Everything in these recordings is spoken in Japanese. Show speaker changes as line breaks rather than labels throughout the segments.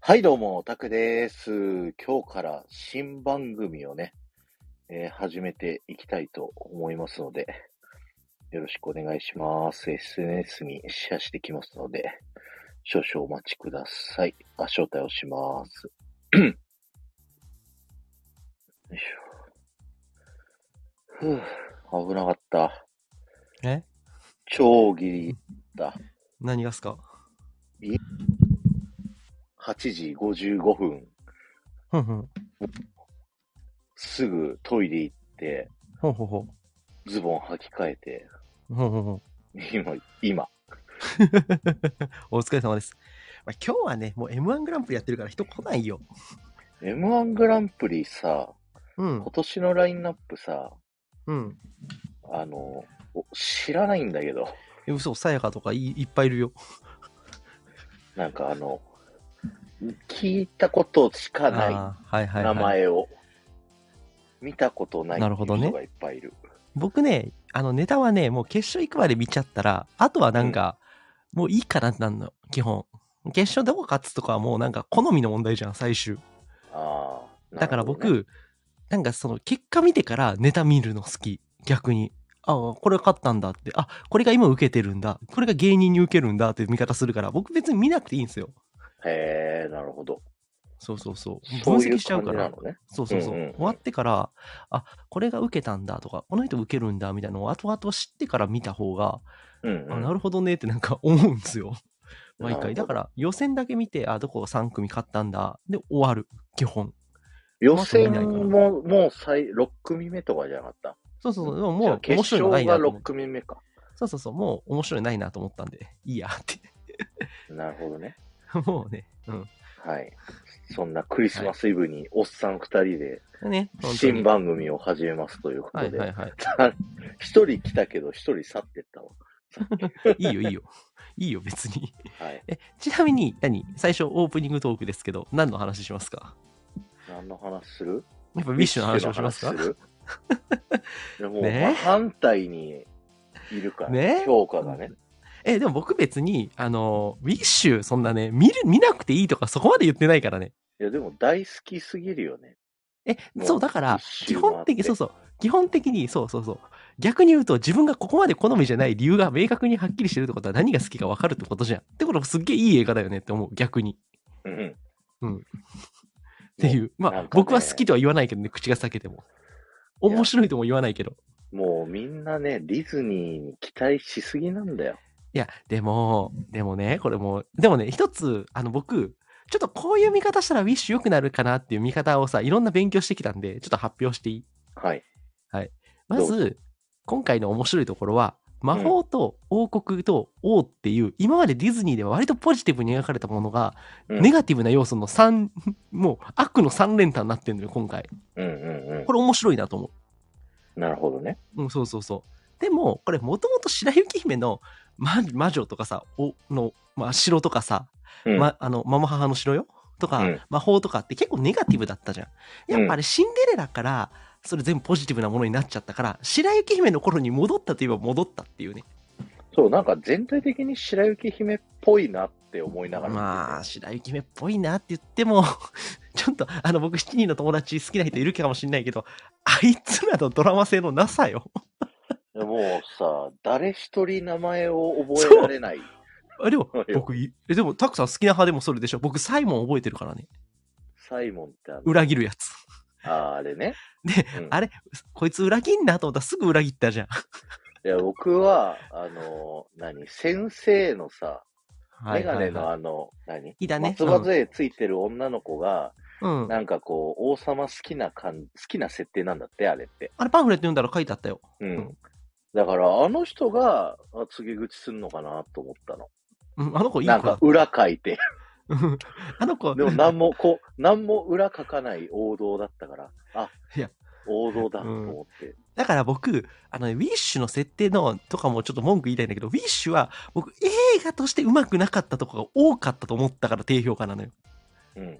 はい、どうも、タクです。今日から新番組をね、えー始めていきたいと思いますので、よろしくお願いします。SNS にシェアしてきますので、少々お待ちください。あ、招待をします。 よいしょ。ふぅ、危なかった。
え
超ギリだ。
何がっすか
8時55分、
ふんふん。
すぐトイレ行って、
ほうほうほ
ズボン履き替えて、
う。ほうほうほう。
今、今、
お疲れ様です。まあ、今日はね、もう M1 グランプリやってるから人来ないよ。
M1 グランプリさ、
うん
今。年のラインナップさ、
うん。
あの、お知らないんだけど、
え嘘、さやかとかいいっぱいいるよ。
なんかあの、聞いたことしかな
あーはい
い
はい、は
名
い。
前を、見たことない
なるほどね
人がいっぱいいる。
僕ね、あのネタはね、もう決勝行くまで見ちゃったら、あとはなんか、もういいかなってなるの、基本。決勝どこ勝つとかはもうなんか好みの問題じゃん、最終。
ああ、
だから
なるほ
僕、
どね、
なんかその結果見てからネタ見るの好き。逆に。ああ、これ勝ったんだって。あ、これが今受けてるんだ。これが芸人に受けるんだっていう見方するから、僕別に見なくていいんですよ。
へえ、なるほど。
そうそうそう。
そ
分
うい
析
う
しちゃう
感じ
か
な
ら。
のね。
そうそうそう。
うんうんうん
終わってから、あ、これが受けたんだとか、この人受けるんだみたいなのを後々知ってから見た方が、
うん、う
あ
ん。
なるほどねってなんか思うんですよ。毎
なるほ
回。
ど
だから予選だけ見て、あ、どこが3組勝ったんだ。で、終わる。基本。
予選
まあそう見ないか
も、もう最6組目とかじゃなかった。
そうそうそう。でも
じ
も
ゃあ
う面
決
白いのな
勝
い
が
なと思
6
って。
組目か。
そうそうそう、もう面白いないなと思ったんで、いいやって。
なるほどね。
もうね、う
はい。そんなクリスマスイブにおっさん2人で
ん。ね、本当に
新番組を始めますというこ
は
と
いは
で。
いはい。
一人来たけど一人去ってったわ。
いいよいいよ。いいよ別に。
はい。
え、ちなみに、何最初オープニングトークですけど、何の話しますか
何の話する
やっぱウィッシュの話をしますか
ウィッシュの 話するでも、
ね
真反対にいるから、
ね
評価がね。
え、でも僕別に、あの、ウィッシュ、そんなね、見る、見なくていいとかそこまで言ってないからね。
いや、でも大好きすぎるよね。
え、
もう
そう、だから
一、
基
周回って
本的、そうそう、基本的に、そうそうそう。逆に言うと、自分がここまで好みじゃない理由が明確にはっきりしてるってことは何が好きか分かるってことじゃん。ってことはすっげえいい映画だよねって思う、逆に。
うん。
うん。っていう。まあ、
なんかね
僕は好きとは言わないけどね、口が裂けても。
いや
面白いとも言わないけど。
もうみんなね、ディズニーに期待しすぎなんだよ。
いや、でも、でもね、これもう、でもね、一つ、あの、僕、ちょっとこういう見方したらウィッシュ良くなるかなっていう見方をさ、いろんな勉強してきたんで、ちょっと発表していい
はい。
ま
どう
ず、今回の面白いところは、魔法と王国と王っていう、今までディズニーでは割とポジティブに描かれたものが、
うん
ネガティブな要素の3、もう悪の3連単になってるのよ、今回。
うんうんう
これ面白いなと思
ん。なるほどね。
う。うん、そうそうそう。でも、これもともと白雪姫の魔魔女とかさ、おの、まあ、城とかさ、
うん
ま、あの、ママ母の城よとか、
うん
魔法とかって結構ネガティブだったじゃん。やっぱあれシンデレラから、それ全部ポジティブなものになっちゃったから、白雪姫の頃に戻ったといえば戻ったっていうね。
そう、なんか全体的に白雪姫っぽいなって思いながら見てて。
まあ、白雪姫っぽいなって言っても、 ちょっと、あの、僕7人の友達好きな人いるかもしんないけど、あいつらのドラマ性のなさよ。
いやもうさ、誰一人名前を覚えられない。
あでも
そう、よ
僕い、えでも、たくさん好きな派でもそれでしょ。僕、サイモン覚えてるからね。
サイモンってあの
裏切るやつ。
ああれね。
で、
うん
あれ、こいつ裏切んなと思ったらすぐ裏切ったじゃん。
いや、僕は、あの、何、先生のさ、
は
メ
いは
ガ
い
ネの
はい
あの、何
いいだね。
松葉杖ついてる女の子が、
うんうん
なんかこう、王様好きな感好きな設定なんだって、あれって。
あれパンフレット読んだら書いてあったよ。
うん。
うん
だから、あの人が、あ告げ口すんのかなと思ったの。
うん、あの子いい子
な
だ
んか、裏書いて。
うん あの 子、
でも、なんも、こう、なんも裏書かない王道だったから、あ、
いや
王道だと思って。
だから僕、あのね、ウィッシュの設定のとかもちょっと文句言いたいんだけど、ウィッシュは僕映画としてうまくなかったとこが多かったと思ったから低評価なのよ。
うん。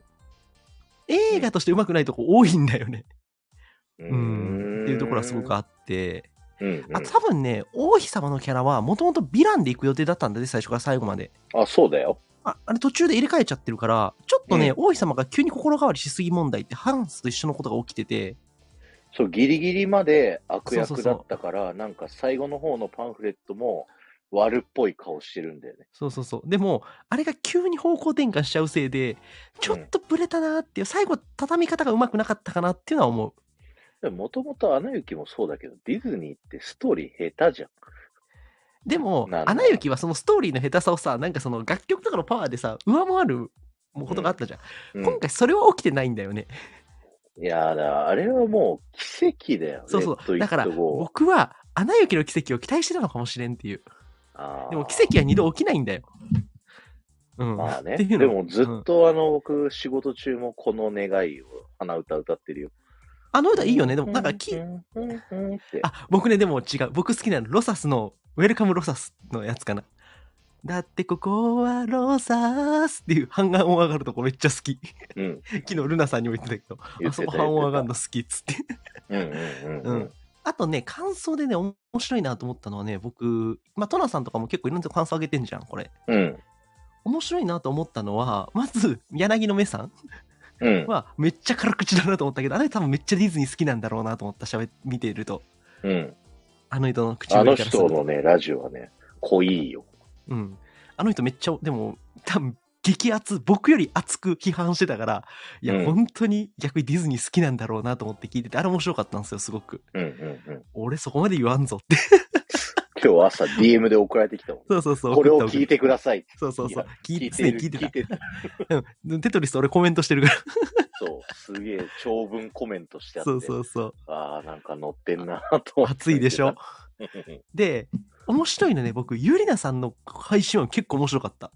映画としてうまくないとこ多いんだよね。
う
うん。っていうところはすごくあって。
うんうん
あ、多分ね、王妃様のキャラはもともとヴィランで行く予定だったんだね、最初から最後まで。
あ、そうだよ。
ああれ途中で入れ替えちゃってるから、ちょっとね、王妃様が急に心変わりしすぎ問題ってハンスと一緒のことが起きてて、
そう、ギリギリまで悪
そうそう
役
そ
だ
う
ったから、なんか最後の方のパンフレットも悪っぽい顔してるんだよね。
そうそうそう。でも、あれが急に方向転換しちゃうせいで、ちょっとブレたなーっていう、最後、畳み方がうまくなかったかなっていうのは思う。
でもともとアナ雪もそうだけど、ディズニーってストーリー下手じゃん。
でも、
なんだ
アナ雪はそのストーリーの下手さをさ、なんかその楽曲とかのパワーでさ、上回ることがあったじゃん。
うん
今回それは起きてないんだよね。
いやーだからあれはもう奇跡だよね。
そう
レ
そ
ッド
う。
イ
だ
ッ
から、
トゴー
僕は、アナ雪の奇跡を期待してたのかもしれんっていう。
あー
でも、奇跡は二度起きないんだよ。うん。
まあね。
っていう
で
の
もずっとあの、僕、仕事中もこの願いを鼻歌歌ってるよ。
あの歌いいよね。でも、なんか、き
う、んうんうんうんって。
あ、僕ね、でも違う。僕好きなの、ロサスの、ウェルカムロサスのやつかな。だってここはロサスっていう半音上がるとこめっちゃ好き。
うん。
昨日ルナさんにも言ってたけど、
言
あ
って
そ
た
こ半音上
言っ
がる
て
の好きっつって。
たうんうんう
うん
うん
ん。あとね、感想でね、面白いなと思ったのはね、僕、まあ、トナさんとかも結構いろんな感想あげてんじゃん、これ。
うん。
面白いなと思ったのは、まず、柳の目さん
うん。
はめっちゃ辛口だなと思ったけど、あれ多分めっちゃディズニー好きなんだろうなと思った、喋っ見ていると。
うん。
あの人の口ぶ
あの
りからする
人
と
のね、ラジオはね、濃いよ。
うん。あの人めっちゃ、でも、多分激熱、僕より熱く批判してたから、いや、
うん
本当に逆にディズニー好きなんだろうなと思って聞いてて、あれ面白かったんですよ、すごく。
うんうんうん。
俺そこまで言わんぞって。
今日朝 DM で送られてきたもん。
そうそうそう。
これを
送った
聞いてください。
そうそうそう。聞
聞
い
い
て、
て
ね、
る、
聞いて
聞いてる。
た。うん。テトリス俺コメントしてるか
そう。すげえ長文コメントしてあ
ら。
って。
そうそうそう。
ああ、なんか乗ってんなと思って。
熱いでしょ。で、面白いのね、僕、ゆりなさんの配信は結構面白かった。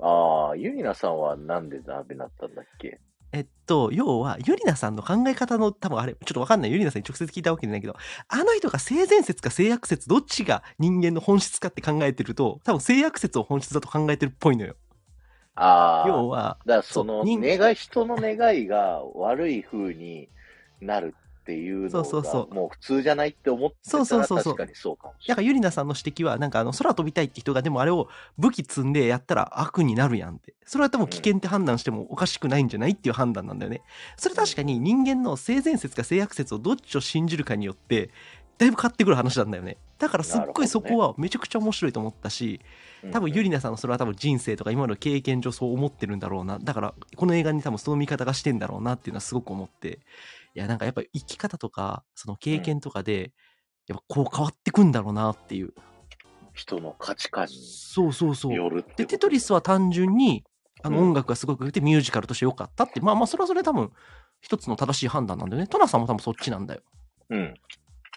ああ、ゆりなさんはなんでダメだったんだっけ
えっと、要は、ゆりなさんの考え方の、多分あれ、ちょっとわかんない。ゆりなさんに直接聞いたわけじゃないけど、あの人が性善説か性悪説、どっちが人間の本質かって考えてると、多分性悪説を本質だと考えてるっぽいのよ。
ああ、
要は、
だからその
そう人
願い、人の願いが悪い風になるっていう
そ
の
うそうそ
が
う
もう普通じゃないって思ってた
そうそう
ら
そうそう
確かにそうかもしれ
なん
な
か
い。
ゆりなさんの指摘は、なんかあの、空飛びたいって人が、でもあれを武器積んでやったら悪になるやんって。それは多分危険って判断してもおかしくないんじゃないっていう判断なんだよね。それ確かに人間の性善説か性悪説をどっちを信じるかによって、だいぶ変わってくる話なんだよね。だからすっごいそこはめちゃくちゃ面白いと思ったし、多分ゆ
り、
りなさんのそれは多分人生とか今の経験上そう思ってるんだろうなだからこの映画に多分その見方がしてんだろうなっていうのはすごく思っていやなんかやっぱり生き方とかその経験とかで、やっぱこう変わってくんだろうなっていう
人の価値観
そうそうそ
に
う
よるってこと
でテトリスは単純にあの
うん
音楽がすごく良くてミュージカルとして良かったって、まあまあそれはそれ多分一つの正しい判断なんだよねトナさんも多分そっちなんだよ
うん。
っ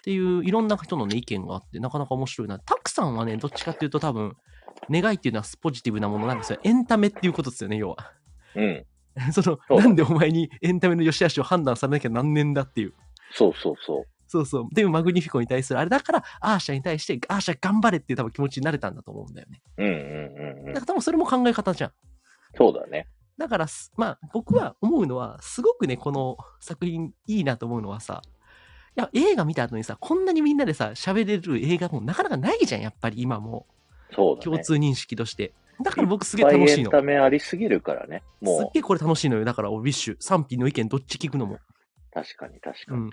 ていういろんな人のね意見があってなかなか面白いなたくさんはねどっちかっていうと多分願いっていうのはポジティブなものなんですよエンタメっていうことですよね要は
うん。
その
そう
なんでお前にエンタメの良し悪しを判断されなきゃ何年だっていう
そうそうそう。
そうそうでもマグニフィコに対するあれだからアーシャに対してアーシャ頑張れっていう多分気持ちになれたんだと思うんだよね
うんうんうんう
だ
ん
か。ら多分それも考え方じゃん
そうだね。
だからす、まあ、僕は思うのは、すごくね、この作品いいなと思うのはさ、いや、映画見た後にさ、こんなにみんなでさ、喋れる映画もなかなかないじゃん、やっぱり今も。
そうだ
共
ね。
通認識として。だから僕す
い
げえ楽しい
エン
の。す
タメありすぎるからね。
っ
も
げえこれ楽しいのよ。だから、ウィッシュ、賛否の意見どっち聞くのも。
う、確かに確か
う
に。
ん。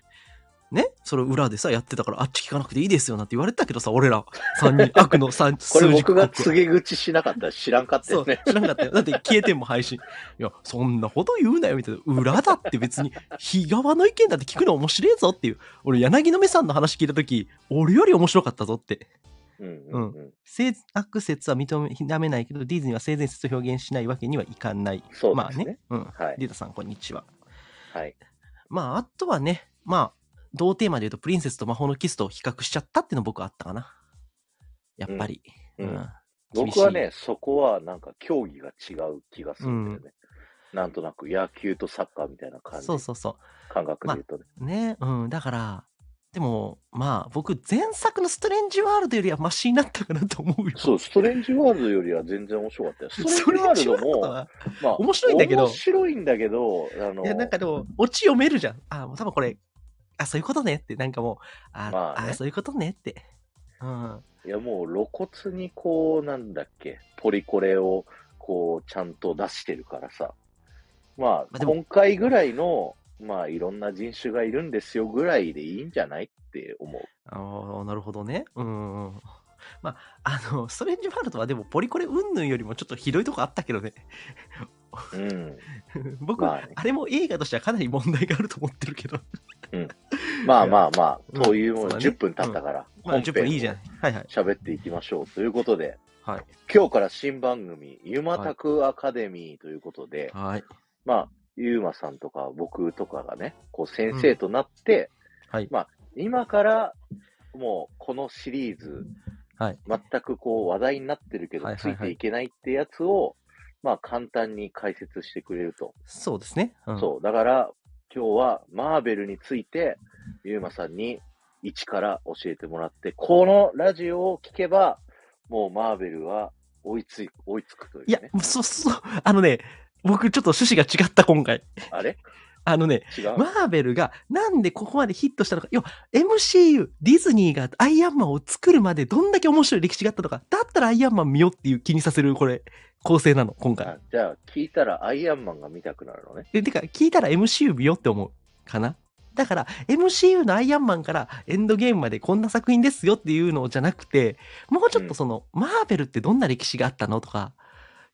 ねそれ裏でさ、やってたから、あっち聞かなくていいですよなんて言われたけどさ、俺ら、三人、悪の三、
これ
数字
僕が
国は
告げ口しなかったら知らんかった
そ
よ
う
ね。、
知らんかったよ。だって消えても配信。いや、そんなこと言うなよ、みたいな。裏だって別に、日側の意見だって聞くの面白いぞっていう。俺、柳の目さんの話聞いたとき、俺より面白かったぞって。
うんうんうん。
性悪説は認めないけど、ディズニーは性善説を表現しないわけにはいかない。
そう
まあ
ですね
ね。。うん。
はい
データさん、こんにちは。
はい。
まあ、あとはね、まあ、同テーマで言うと、プリンセスと魔法のキスと比較しちゃったっていうの僕はあったかな。やっぱり。
うんうん
うん
僕はね、そこはなんか競技が違う気がするんだよね。なんとなく野球とサッカーみたいな感じ、
そうそうそう。
感覚で言うとね。
ねうんだからでもまあ僕前作の「ストレンジワールド」よりはマシになったかなと思うよ。
そう、ストレンジワールドよりは全然面白かっ たよ。ス
スト
トレ
レン
ン
ジ
ジ
ワ
ワー
ール
ルドも、
ドは
まあ、
面白いんだけど
面白いんだけど、あの、
いやなんかでもオチ読めるじゃん。あもう多分これあそういうことねってなんかもうあ、
まあ
あ
ね
そういうことねって。うん、
いやもう露骨にこう、なんだっけ、ポリコレをこう、ちゃんと出してるからさ。ま
あ
あ、
でも
今回ぐらいの、まあ、いろんな人種がいるんですよぐらいでいいんじゃないって思う。
ああ、なるほどね。うんうん。まあ、あの、ストレンジワールドはでも、ポリコレ云々よりもちょっとひどいとこあったけどね。
うん。
僕、
まあね
あれも映画としてはかなり問題があると思ってる けど。
まあまあま
う
あ、
ん
というも
そう
の
だね
10分経ったから、
まあ、
本
10分いいじ
編
ゃん。はいはい。
喋っていきましょうということで、
はい。
今日から新番組、ゆまたくアカデミーということで、
はい。
まあ、ゆうまさんとか僕とかがね、こう先生となって、
はい。
今からもうこのシリーズ、
はい
全くこう話題になってるけど、
はいはい
つ
はい
いていけないってやつを、まあ簡単に解説してくれると。
そうですね。うん、
そう。だから、今日はマーベルについて、ゆうまさんに一から教えてもらって、このラジオを聞けば、もうマーベルは追いつい追いつくという
いや
ね。、
そ、そ、あのね、僕ちょっと趣旨が違った今回。
あれ
あのね、
違う、
マーベルがなんでここまでヒットしたのか。要は、MCU、ディズニーがアイアンマンを作るまでどんだけ面白い歴史があったのか。だったらアイアンマン見ようっていう気にさせる、これ、構成なの、今回
あ。じゃあ、聞いたらアイアンマンが見たくなるのね。
で、てか、聞いたら MCU 見ようって思うかな。だから、MCU のアイアンマンからエンドゲームまでこんな作品ですよっていうのじゃなくて、もうちょっとその、マーベルってどんな歴史があったのとか、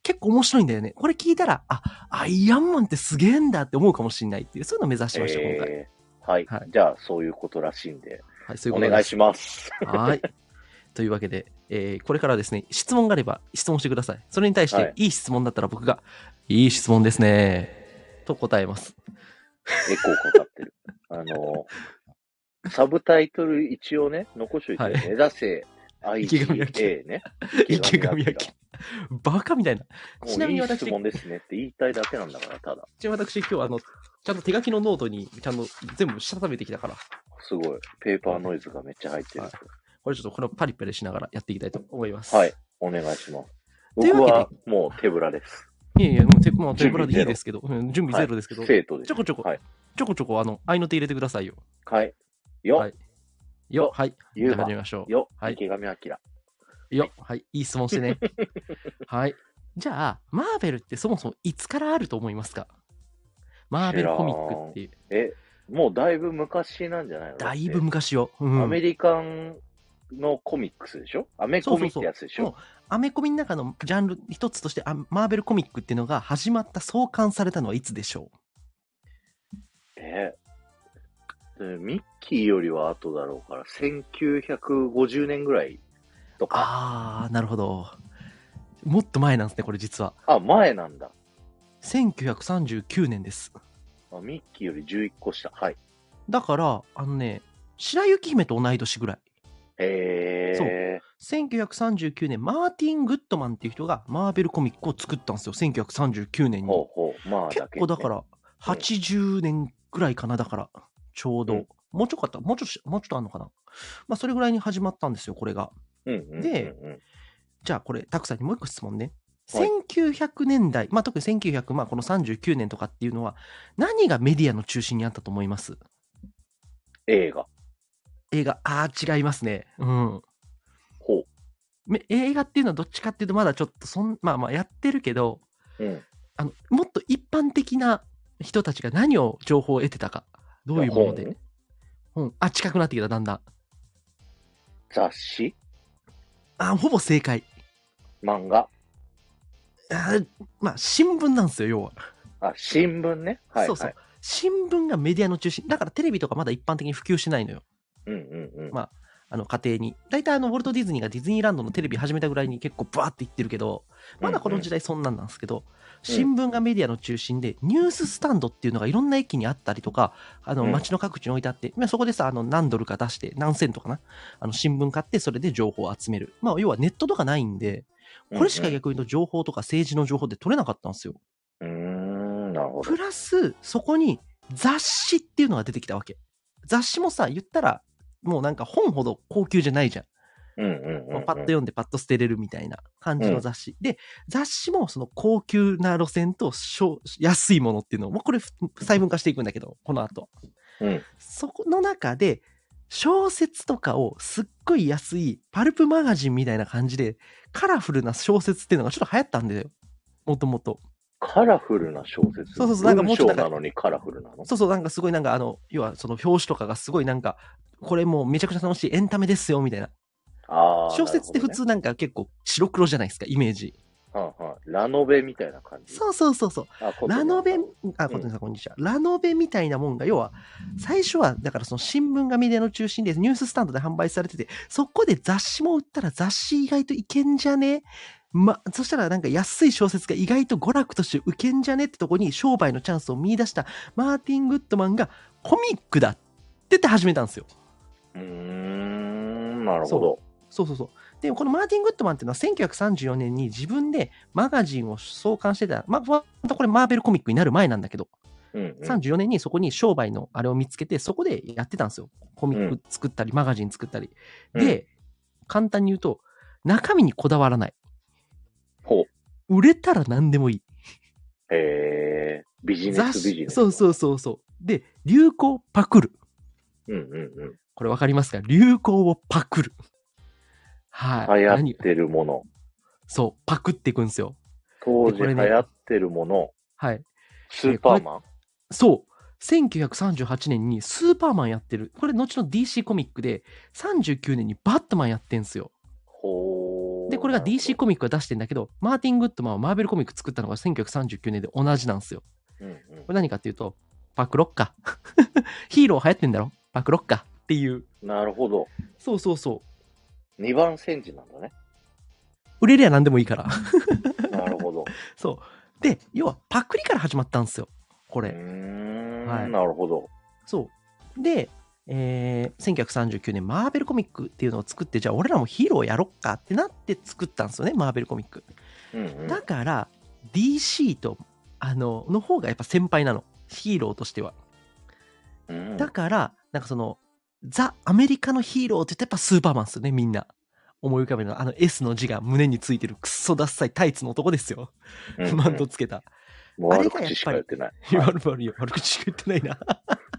結構面白いんだよね。これ聞いたら、あ、アイアンマンってすげえんだって思うかもしれないっていう、そういうのを目指してました、今回。
えーはい、
はい
じゃあ、そういうことらしいんで、
はい、そういう
お
こと
願い
です。
します。
はい。というわけで、えーこれからですね、質問があれば質問してください。それに対し
は
て
い、
いい質問だったら僕が、いい質問ですね、と答えます。
エコーかかってる。あの、サブタイトル一応ね、残しといて、
はい
目指せ
池上彰
IGA ね。
池上彰。バカみたいな。
も
ちな
うい
みに
い
私
質問ですねって言いたいだけなんだから、ただ。
ちなみに私今日あの、ちゃんと手書きのノートにちゃんと全部したためてきたから、
すごい。ペーパーノイズがめっちゃ入ってる。
は
はいい。
これちょっとこれをパリパリしながらやっていきたいと思います。。
お願いします。
という
僕
わ
はもう手ぶらです。
いやいや、もう手もう手ぶらでいい
準備ゼロ
ですけど、うん準備ゼロですけど、
生徒です
ちょ。こちょこ、
はい
ちょこちょこあの、合いの手入れてくださいよ。
はい。よ、
はいよ
よ、
はい。じ
ゆ
ゃ
う
あ
ま
始めましょう。
よ、
はい
池上彰。
よ、はい。いい質問し てね。はい。じゃあ、マーベルってそもそもいつからあると思いますかマーベルコミックっていう。
え、もうだいぶ昔なんじゃないの
だいぶ
だっ
昔よ。う
て
ん
アメリカンのコミックスでしょアメコミってやつでし
もう
ょ
アメコミの中のジャンル一つとしてあマーベルコミックっていうのが始まった創刊されたのはいつでしょ
ええでミッキーよりは後だろうから、1950年ぐらいと
う
か。
あーなるほどもっと前なんですねこれ実は
あ、前なんだ。
1939年です
あミッキーより11個下。はい。
だからあのね白雪姫と同い年ぐらい
へえ。
1939年マーティン・グッドマンっていう人がマーベルコミックを作ったんですよ1939年に
ほうほう。まあ、
結構だから80年ぐらいかなだからちょうど、
うん
もうちょこあったもうちょしもうちょっとあんのかなまあそれぐらいに始まったんですよこれが
けどね、うんうんうんうん、
でじゃあこれ、たくさんにもう一個質問ね。
はい
1900年代、まあ、特に1900、まあ、この39年とかっていうのは、何がメディアの中心にあったと思います
映画。
映画、ああ、違いますね。うん。
ほ
め映画っていうのはどっちかっていうと、まだちょっとそん、まあまあやってるけど、
う。うん。
あの、もっと一般的な人たちが何を情報を得てたか、どういうもので。うん、あ、近くなってきた、だんだん。
雑誌
あーほぼ正解。
漫画
あーまあ、新聞なんですよ、要は。
あ、新聞ね。はい、はい。
そうそう。新聞がメディアの中心。だからテレビとかまだ一般的に普及してないのよ。
うんうんうん。
まあの家庭に。大体あのウォルト・ディズニーがディズニーランドのテレビ始めたぐらいに結構バーって言ってるけど、まだこの時
代。
代そんなんなんですけど、新聞がメディアの中心で、ニューススタンドっていうのがいろんな駅にあったりとか、あの
うん
街の各地に置いてあって、まあそこでさ、あの何ドルか出して、何セントかな、あの新聞買って、それで情報を集める。まあ、要はネットとかないんで、これしか
う
逆に言うと情報とか政治の情報って取れなかったんですよ。
んうん、うーんなるほど
プ。ラス、そこに雑誌っていうのが出てきたわけ。雑誌もさ、言ったら、もうなんか本ほど高級じゃないじゃん。
うんうんうん、
ま
う
あ
ん。
パッと読んでパッと捨てれるみたいな感じの雑誌。で、雑誌もその高級な路線と小安いものっていうのを、もうこれふ細分化していくんだけど、この後。
うん
そこの中で、小説とかをすっごい安いパルプマガジンみたいな感じでカラフルな小説っていうのがちょっと流行ったんだよ。もともと。
カラフルな小説。
そうそうそうなんかも
文
うちょっ
章
となん
な
か
のにカラフルなの
そうそう、なんかすごいなんかあの、要はその表紙とかがすごいなんか、これもうめちゃくちゃ楽しいエンタメですよみたいな。
ああ。
小説って普通なんか結構白黒じゃないですか、イメージ。
なるほどね。はいはいラノベみたいな感じ。
そうそうそうそう。
あコト
ラ
さん
ノベ
うん、
あ、小手さん、こんにちは。ラノベみたいなもんが、要は、最初は、だからその新聞がメディアの中心で、ニューススタンドで販売されてて、そこで雑誌も売ったら雑誌意外といけんじゃねま、そしたらなんか安い小説が意外と娯楽として受けんじゃねってとこに商売のチャンスを見出したマーティン・グッドマンがコミックだって言って始めたんですよ。
うーん、なるほ
そ
ど。
そうそうそう。で、このマーティン・グッドマンっていうのは1934年に自分でマガジンを創刊してた、ま、またこれマーベルコミックになる前なんだけど、
うんうん
34年にそこに商売のあれを見つけて、そこでやってたんですよ。コミック作ったり、マガジン作ったり。で、簡単に言うと、中身にこだわらない。
ほう。
売れたら何でもいい。
えー、ビジネスビジネス。
そうそうそうそう。で、流行パクる。
う。うんうんうん。
これわかりますか流行をパクる。はい。
流行
何
ってるもの。
そう、パクっていくんですよ。
当時
でこ
流
れね
行ってるもの。
はい。
スーパーマン
そう。1938年にスーパーマンやってる。これ、後の DC コミックで、39年にバットマンやってんすよ。
ほう。
で、これが DC コミックが出してんだけど、マーティン・グッドマンはマーベルコミック作ったのが1939年で同じなんですよ。
うんうん
これ何かっていうと、パクロッカ。 ヒーロー流行ってんだろパクロッカっていう。
なるほど。
そうそうそう。
二番煎じなんだ ね。
売れりゃ何でもいいから。
なるほど。
そう。で、要はパクリから始まったんですよ。こ
う
れ。
ーん、
はい
なるほど。
そう。で、えー1939年マーベルコミックっていうのを作ってじゃあ俺らもヒーローやろっかってなって作ったんですよねマーベルコミック
うんうん、
だから DC とあのの方がやっぱ先輩なのヒーローとしては
うん
だから、なんかその、ザ・アメリカのヒーローって言ったらやっぱスーパーマンっすよね、みんな。思い浮かべるのはあの S の字が胸についてるくっそダッサいタイツの男ですよ。
うんうん
マントつけた。
もう悪口しか言ってない。はい
悪悪いよ悪口しか言ってない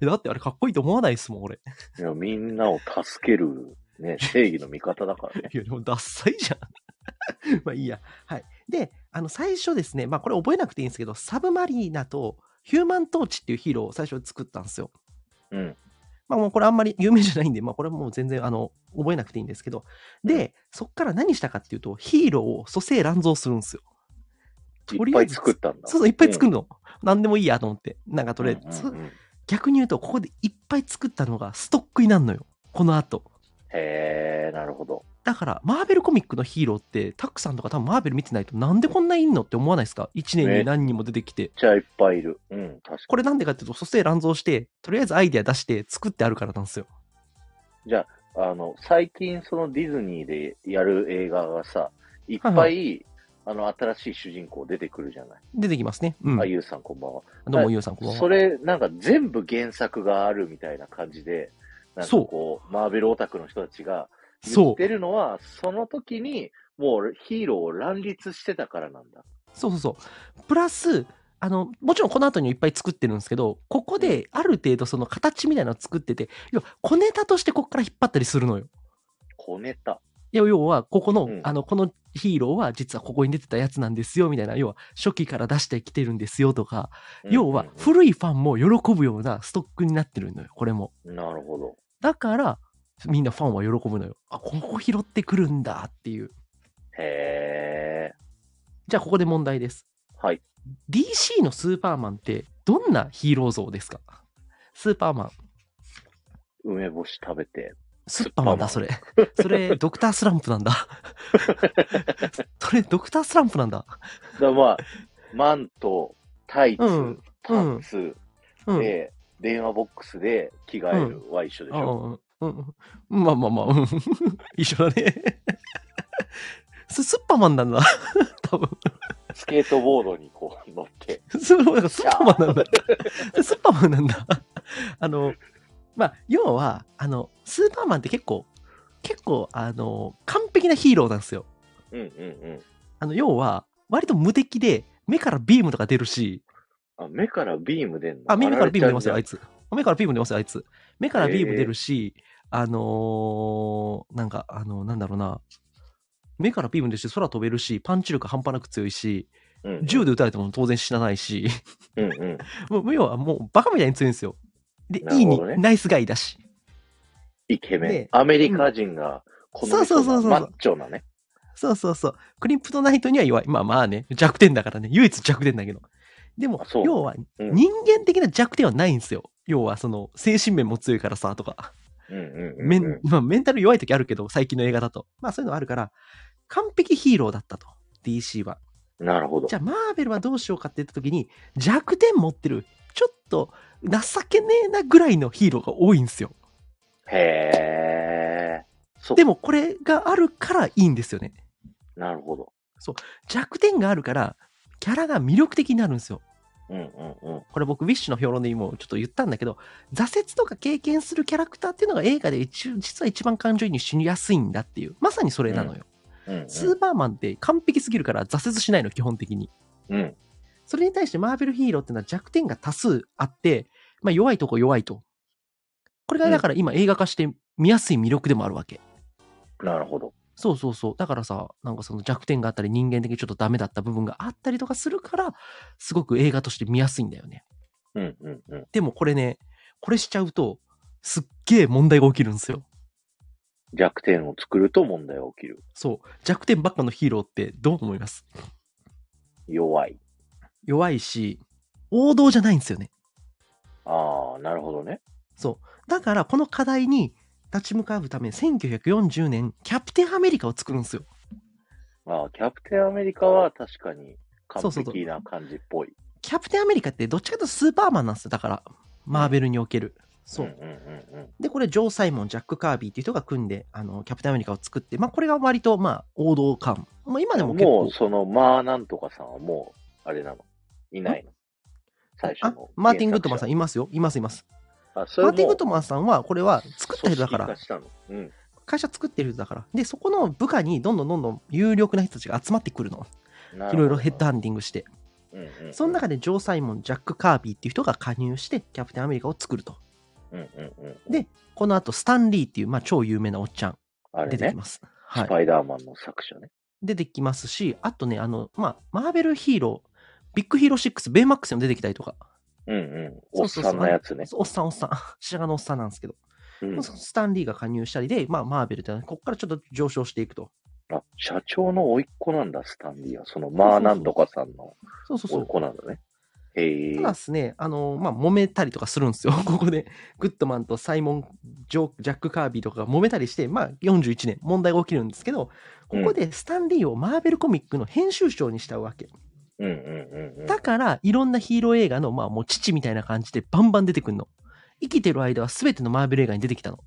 な。だってあれかっこいいと思わないですもん、俺。
いやみんなを助ける、 ね、正義の味方だからね。
いや、でもダッサいじゃん。 まあいいや。はい。で、あの、最初ですね、まあこれ覚えなくていいんですけど、サブマリーナとヒューマントーチっていうヒーローを最初作ったんですよ。
うん。
まあもうこれあんまり有名じゃないんで、まあこれはもう全然あの、覚えなくていいんですけど。で、そっから何したかっていうと、ヒーローを蘇生乱造するんですよ。と
いっ
りあ
ぱ
え
い
ず
作ったんだ。
そうそう、いっぱい作
る
るの。何でもいいやと思って。なんかとりあえず、そ
うんうんうん
逆に言うと、ここでいっぱい作ったのがストックになるのよ。この後。
へえ、なるほど。
だから、マーベルコミックのヒーローって、タックさんとか多分マーベル見てないと、なんでこんないんのって思わないですか ?1 年に何人も出てきて。
じゃあいっぱいいる。うん、確か
これなんでかっていうと、蘇生乱造して、とりあえずアイデア出して作ってあるからなんですよ。
に。じゃあ、あの、最近そのディズニーでやる映画がさ、いっぱい、
はいは
あの、新しい主人公出てくるじゃない。
出てきますね。うん。
あ、ゆうさんこんばんは。
どうも、ゆうさん、こんばんは。
それ、なんか全部原作があるみたいな感じで、なんかこう、マーベルオタクの人たちが言
そ
っ
う。
てるのは、その時に、もうヒーローを乱立してたからなんだ。
そうそうそう。プラス、あの、もちろんこの後にいっぱい作ってるんですけど、ここである程度その形みたいなのを作ってて、要は小ネタとしてここから引っ張ったりするのよ。
小ネタ。
要要は、ここの、
うん
あの、このヒーローは実はここに出てたやつなんですよ、みたいな、要は初期から出してきてるんですよとか、要は
ふ
古いファンも喜ぶようなストックになってるのよ、これも。
なるほど。
だから、みんなファンは喜ぶのよ。あ、ここ拾ってくるんだっていう。
へえ。
じゃあ、ここで問題です。
はい。
DC のスーパーマンってどんなヒーロー像ですかスーパーマン。
梅干し食べて。
スッパーマンだ、それ。それ、ドクタースランプなん だ。それ、ドクタースランプなんだ。
だから まあ、マント、タイツ、
うん
パンツ
うん。
で、電話ボックスで着替えるは一緒でし
あ
ょ。
うんうんうんまあまあまあ、うん 一緒だね。ススッパーマンなんだ。多分。
スケートボードにこう乗って。
ススッパーマンなんだ。スッパーマンなんだ。あの、まあ、要は、あの、スーパーマンって結構、結構、あの、完璧なヒーローなんですよ。
うんうんうん。
あの、要は、割と無敵で、目からビームとか出るし、
あ、目からビーム出んの
あ、目からビーム出ますよ、あ
あられ
いつ。目からビーム出ますよ、あいつ。目からビーム出るし、あのーなんか、あのなんだろうな、目からビーム出して空飛べるし、パンチ力半端なく強いし、
うん。
銃で撃たれても当然死なないし、
うんうん。
もう要はもうバカみたいに強いんですよ。で、
ないる
い
ほ
に
どね
ナイスガイだし。
イケメン
で。
アメリカ人が好み
そうそうそう
な
そう
マッチョなね。
そうそうそう。クリプトナイトには弱い。まあまあね、弱点だからね。唯一弱点だけど。でも
あそ、う
要は
うん
人間的な弱点はないんですよ。要はその精神面も強いからさとか、
うんうんうん
メ
う
ン
ん。
まあ、メンタル弱い時あるけど、最近の映画だと。まあそういうのあるから、完璧ヒーローだったと。DC は。
なるほど
じ。ゃあマーベルはどうしようかって言った時に弱点持ってる、ちょっと情けねえなぐらいのヒーローが多いんですよ。
へえ。そう
で。もこれがあるからいいんですよね。
なるほど。
弱点があるから、キャラが魅力的になるんですよ。
うんうんうん。
これ僕、ウィッシュの評論でもちょっと言ったんだけど、挫折とか経験するキャラクターっていうのが映画で一実は一番感情移入しやすいんだっていう、まさにそれなのよ。
うん
スーパーマンって完璧すぎるから挫折しないの、基本的に。
うん。うん。
それに対してマーベルヒーローっていうのは弱点が多数あって、まあ弱いとこ弱いと。これがだから今映画化して見やすい魅力でもあるわけ。
なるほど。
そうそうそう。だからさ、なんかその弱点があったり人間的にちょっとダメだった部分があったりとかするから、すごく映画として見やすいんだよね。
うんうんうん。
でもこれね、これしちゃうと、すっげえ問題が起きるんですよ。
弱点を作ると問題が起きる。
そう。弱点ばっかのヒーローってどう思います
弱い。
弱いし、王道じゃないんですよね。
ああ、なるほどね。
そう。だからこの課題に立ち向かうため、1940年、キャプテンアメリカを作るんですよ。
ああ、キャプテンアメリカは確かに完
そうそうそう
璧な感じっぽい。
キャプテンアメリカってどっちかというとスーパーマンなんですよ。だから、マーベルにおける。そう。
うんうんうんうん。
で、これ、ジョー・サイモン、ジャック・カービーっていう人が組んで、あの、キャプテンアメリカを作って、まあ、これが割と、まあ、王道感。まあ、今でも結
も
構
う、、その、まあなんとかさんはもう、あれなの。いないの。最初
あ
の。、
マーティン・グッドマンさん
ん。
いますよ。います、います。
あ、それ
マ
も
ーティン・グッドマンさんは、これは作った人だから
組、織化したのうん。
会社作ってる人だから。で、そこの部下に、どんどんどんどん有力な人たちが集まってくるの。
ない
ろいろヘッドハンディングして。
うんうんうん
その中でジョー・サイモン、ジャック・カービーっていう人が加入して、キャプテンアメリカを作ると。
うんうんうん。
で、この後、スタンリーっていう、まあ、超有名なおっちゃん、
あれ
出て
ね
き。ます。は
ス
い。
パイダーマンの作者ね。
出てきますし、あとね、あの、まあ、マーベルヒーロー、ビッグヒーロー6、ベイマックスにも出てきたりとか、
うんうん。お
そ
っ
うそうそう
さんのやつね。
おっさんおっさん、 白髪のおっさんなんですけど、
うん
スタンリーが加入したりで、まあ、マーベルってのは、ここからちょっと上昇していくと。
あ、社長の甥いっ子なんだ、スタンリーは。その、まあなんとかさんの
そうそうそ
甥いうっ。子なんだね。へえ
た。だですね、あのまあ、揉めたりとかするんですよ。 ここで、グッドマンとサイモン・ジョージャック・カービーとかが揉めたりして、まあ、41年、問題が起きるんですけど、ここでスタンリーをマーベルコミックの編集長にしちゃうわけ。
うんうんうんうん。
だから、いろんなヒーロー映画の、まあ、もう父みたいな感じでバンバン出てくるの。生きてる間は全てのマーベル映画に出てきたの。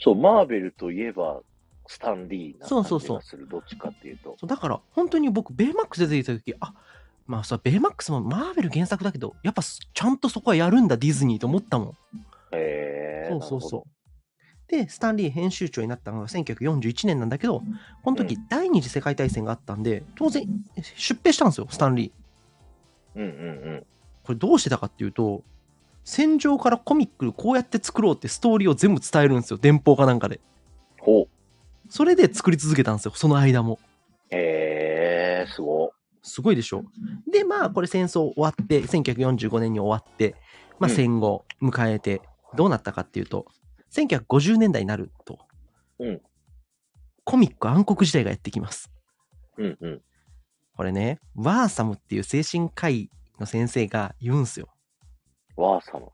そう、マーベルといえば、スタンリーな
そう
感
そう
じ
そう
がする。どっちかっていうと。
そうだから、本当に僕、ベイマックス出てきた時、あまあさ、ベイマックスもマーベル原作だけど、やっぱちゃんとそこはやるんだ、ディズニーと思ったもん。
へえ。
そうそうそう。で、スタンリー編集長になったのが1941年なんだけど、この時第二次世界大戦があったんで、当然出兵したんですよ、スタンリー。
う。うんうん
これどうしてたかっていうと、戦場からコミックこうやって作ろうってストーリーを全部伝えるんですよ、電報かなんかで。
うん。ほう。
それで作り続けたんですよ、その間も。
へえ、すご。
すごいでしょ。で、まあ、これ戦争終わって、1945年に終わって、まあ
うん
戦後迎えて、どうなったかっていうと、1950年代になると、
うん
コミック暗黒時代がやってきます。
うんうん。
これね、ワーサムっていう精神科医の先生が言うんすよ。
ワーサム。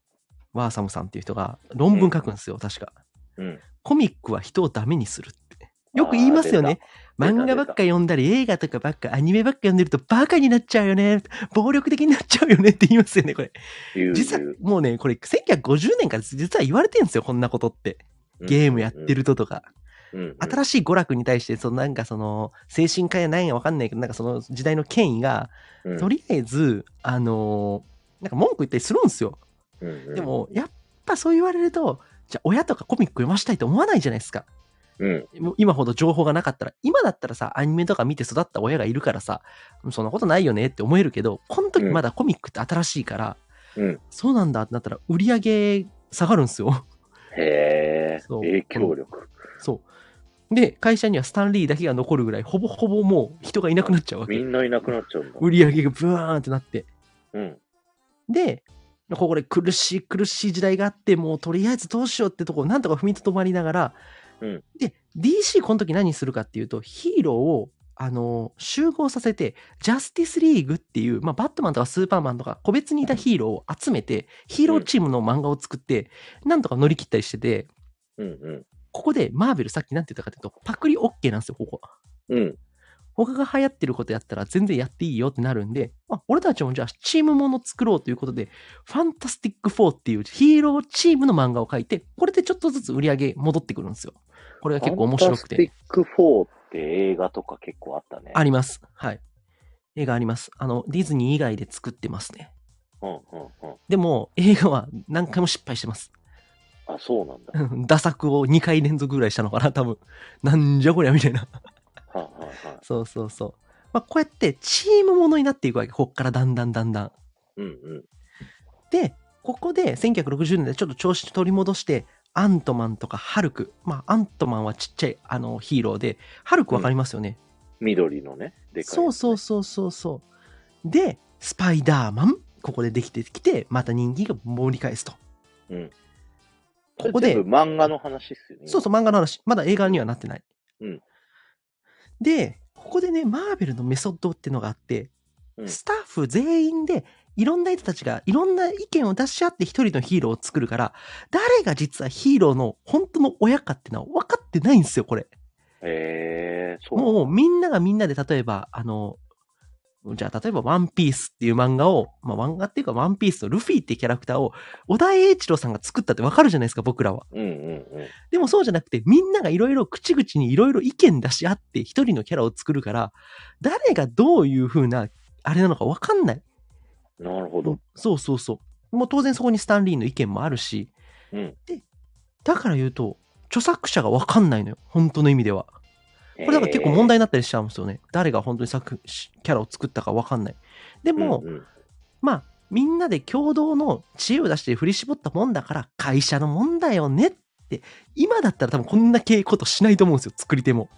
ワーサムさんっていう人が論文書くんですよ、確か。
うん。
コミックは人をダメにするって。よく言いますよね。
出た
漫画ばっか読んだり、映画とかばっか、アニメばっか読んでるとバカになっちゃうよね。暴力的になっちゃうよねって言いますよね、これ。
言う。
実
言
は
う、
もうね、これ1950年から実は言われてるんですよ、こんなことって。ゲームやって。るととか。
うんうんうん、
新しい娯楽に対して、そのなんかその、精神科やなんやわかんないけど、なんかその時代の権威が、
うん
とりあえず、あのーなんか文句言ったりするんですよ。
うんうん
で、も、やっぱそう言われると、じゃあ親とかコミック読ましたいと思わないじゃないですか。
うん。
もう今ほど情報がなかったら、今だったらさ、アニメとか見て育った親がいるからさ、そんなことないよねって思えるけど、この時まだコミックって新しいから、
うん
そうなんだってなったら、売り上げ下がるんですよ。
へえ。
そう
影響力。
そう。で、会社にはスタンリーだけが残るぐらい、ほぼほぼもう人がいなくなっちゃうわけ。
みんないなくなっちゃうんだ。
売り上げがブワーンってなって。
うん。
で、ここで苦しい苦しい時代があって、もうとりあえずどうしようってとこをなんとか踏みとどまりながら、
うん
で、DC この時何するかっていうと、ヒーローを、あの集合させて、ジャスティスリーグっていう、まあ、バットマンとかスーパーマンとか、個別にいたヒーローを集めて、ヒーローチームの漫画を作って、なんとか乗り切ったりしてて、
うん
ここでマーベルさっきなんて言ったかっていうと、パクリ OK なんですよ、ここ。
うん。うん。
他が流行ってることやったら全然やっていいよってなるんで、あ、俺たちもじゃあチームもの作ろうということで、ファンタスティック4っていうヒーローチームの漫画を書いて、これでちょっとずつ売り上げ戻ってくるんですよ。これが結構面白く
ファン
て。
タスティック4って映画とか結構あったね。
あります。はい。映画あります。あの、ディズニー以外で作ってますね。
うんうんうん。
でも、映画は何回も失敗してます。
あ、そうなんだ。は
打作を2回連続ぐらいしたのかな、多分。なんじゃこりゃみたいな。
あ、はあはあ、
そうそうそう。まあ、こうやってチームものになっていくわけ。こっからだんだんだんだん。
うんうん。
で、ここで1960年でちょっと調子取り戻して、アントマンとかハルク。まあ、アントマンはちっちゃいあのヒーローで、ハルクわかりますよね。
緑のね、でかいやつね、
そうそうそうそうそう。で、スパイダーマン。ここでできてきて、また人気が盛り返すと。
うん
ここで
全、部漫画の話っすよね。
そうそう、漫画の話。まだ映画にはなってない。
うん
で、ここでね、マーベルのメソッドっていうのがあって、
うん
スタッフ全員で、いろんな人たちがいろんな意見を出し合って一人のヒーローを作るから、誰が実はヒーローの本当の親かってのは分かってないんですよ、これ。
えー、そうなんだ。
もうみんながみんなで例えば、あの、じゃあ例えばワンピースっていう漫画を、まあ漫画っていうかワンピースのルフィっていうキャラクターを小田栄一郎さんが作ったって分かるじゃないですか、僕らは。
うんうんうん。
でもそうじゃなくて、みんながいろいろ口々にいろいろ意見出し合って一人のキャラを作るから、誰がどういう風な、あれなのかわかんない。
なるほど。
そうそうそう。もう当然そこにスタンリーの意見もあるし、
うん
で、だから言うと、著作者がわかんないのよ。本当の意味では。これだから結構問題になったりしちゃうんですよね。誰が本当に作、しキャラを作ったかわかんない。で
えー
も、
うんうん
まあ、みんなで共同の知恵を出して振り絞ったもんだから、会社のもんだよねって、今だったら多分こんなことしないと思うんですよ、作り手も。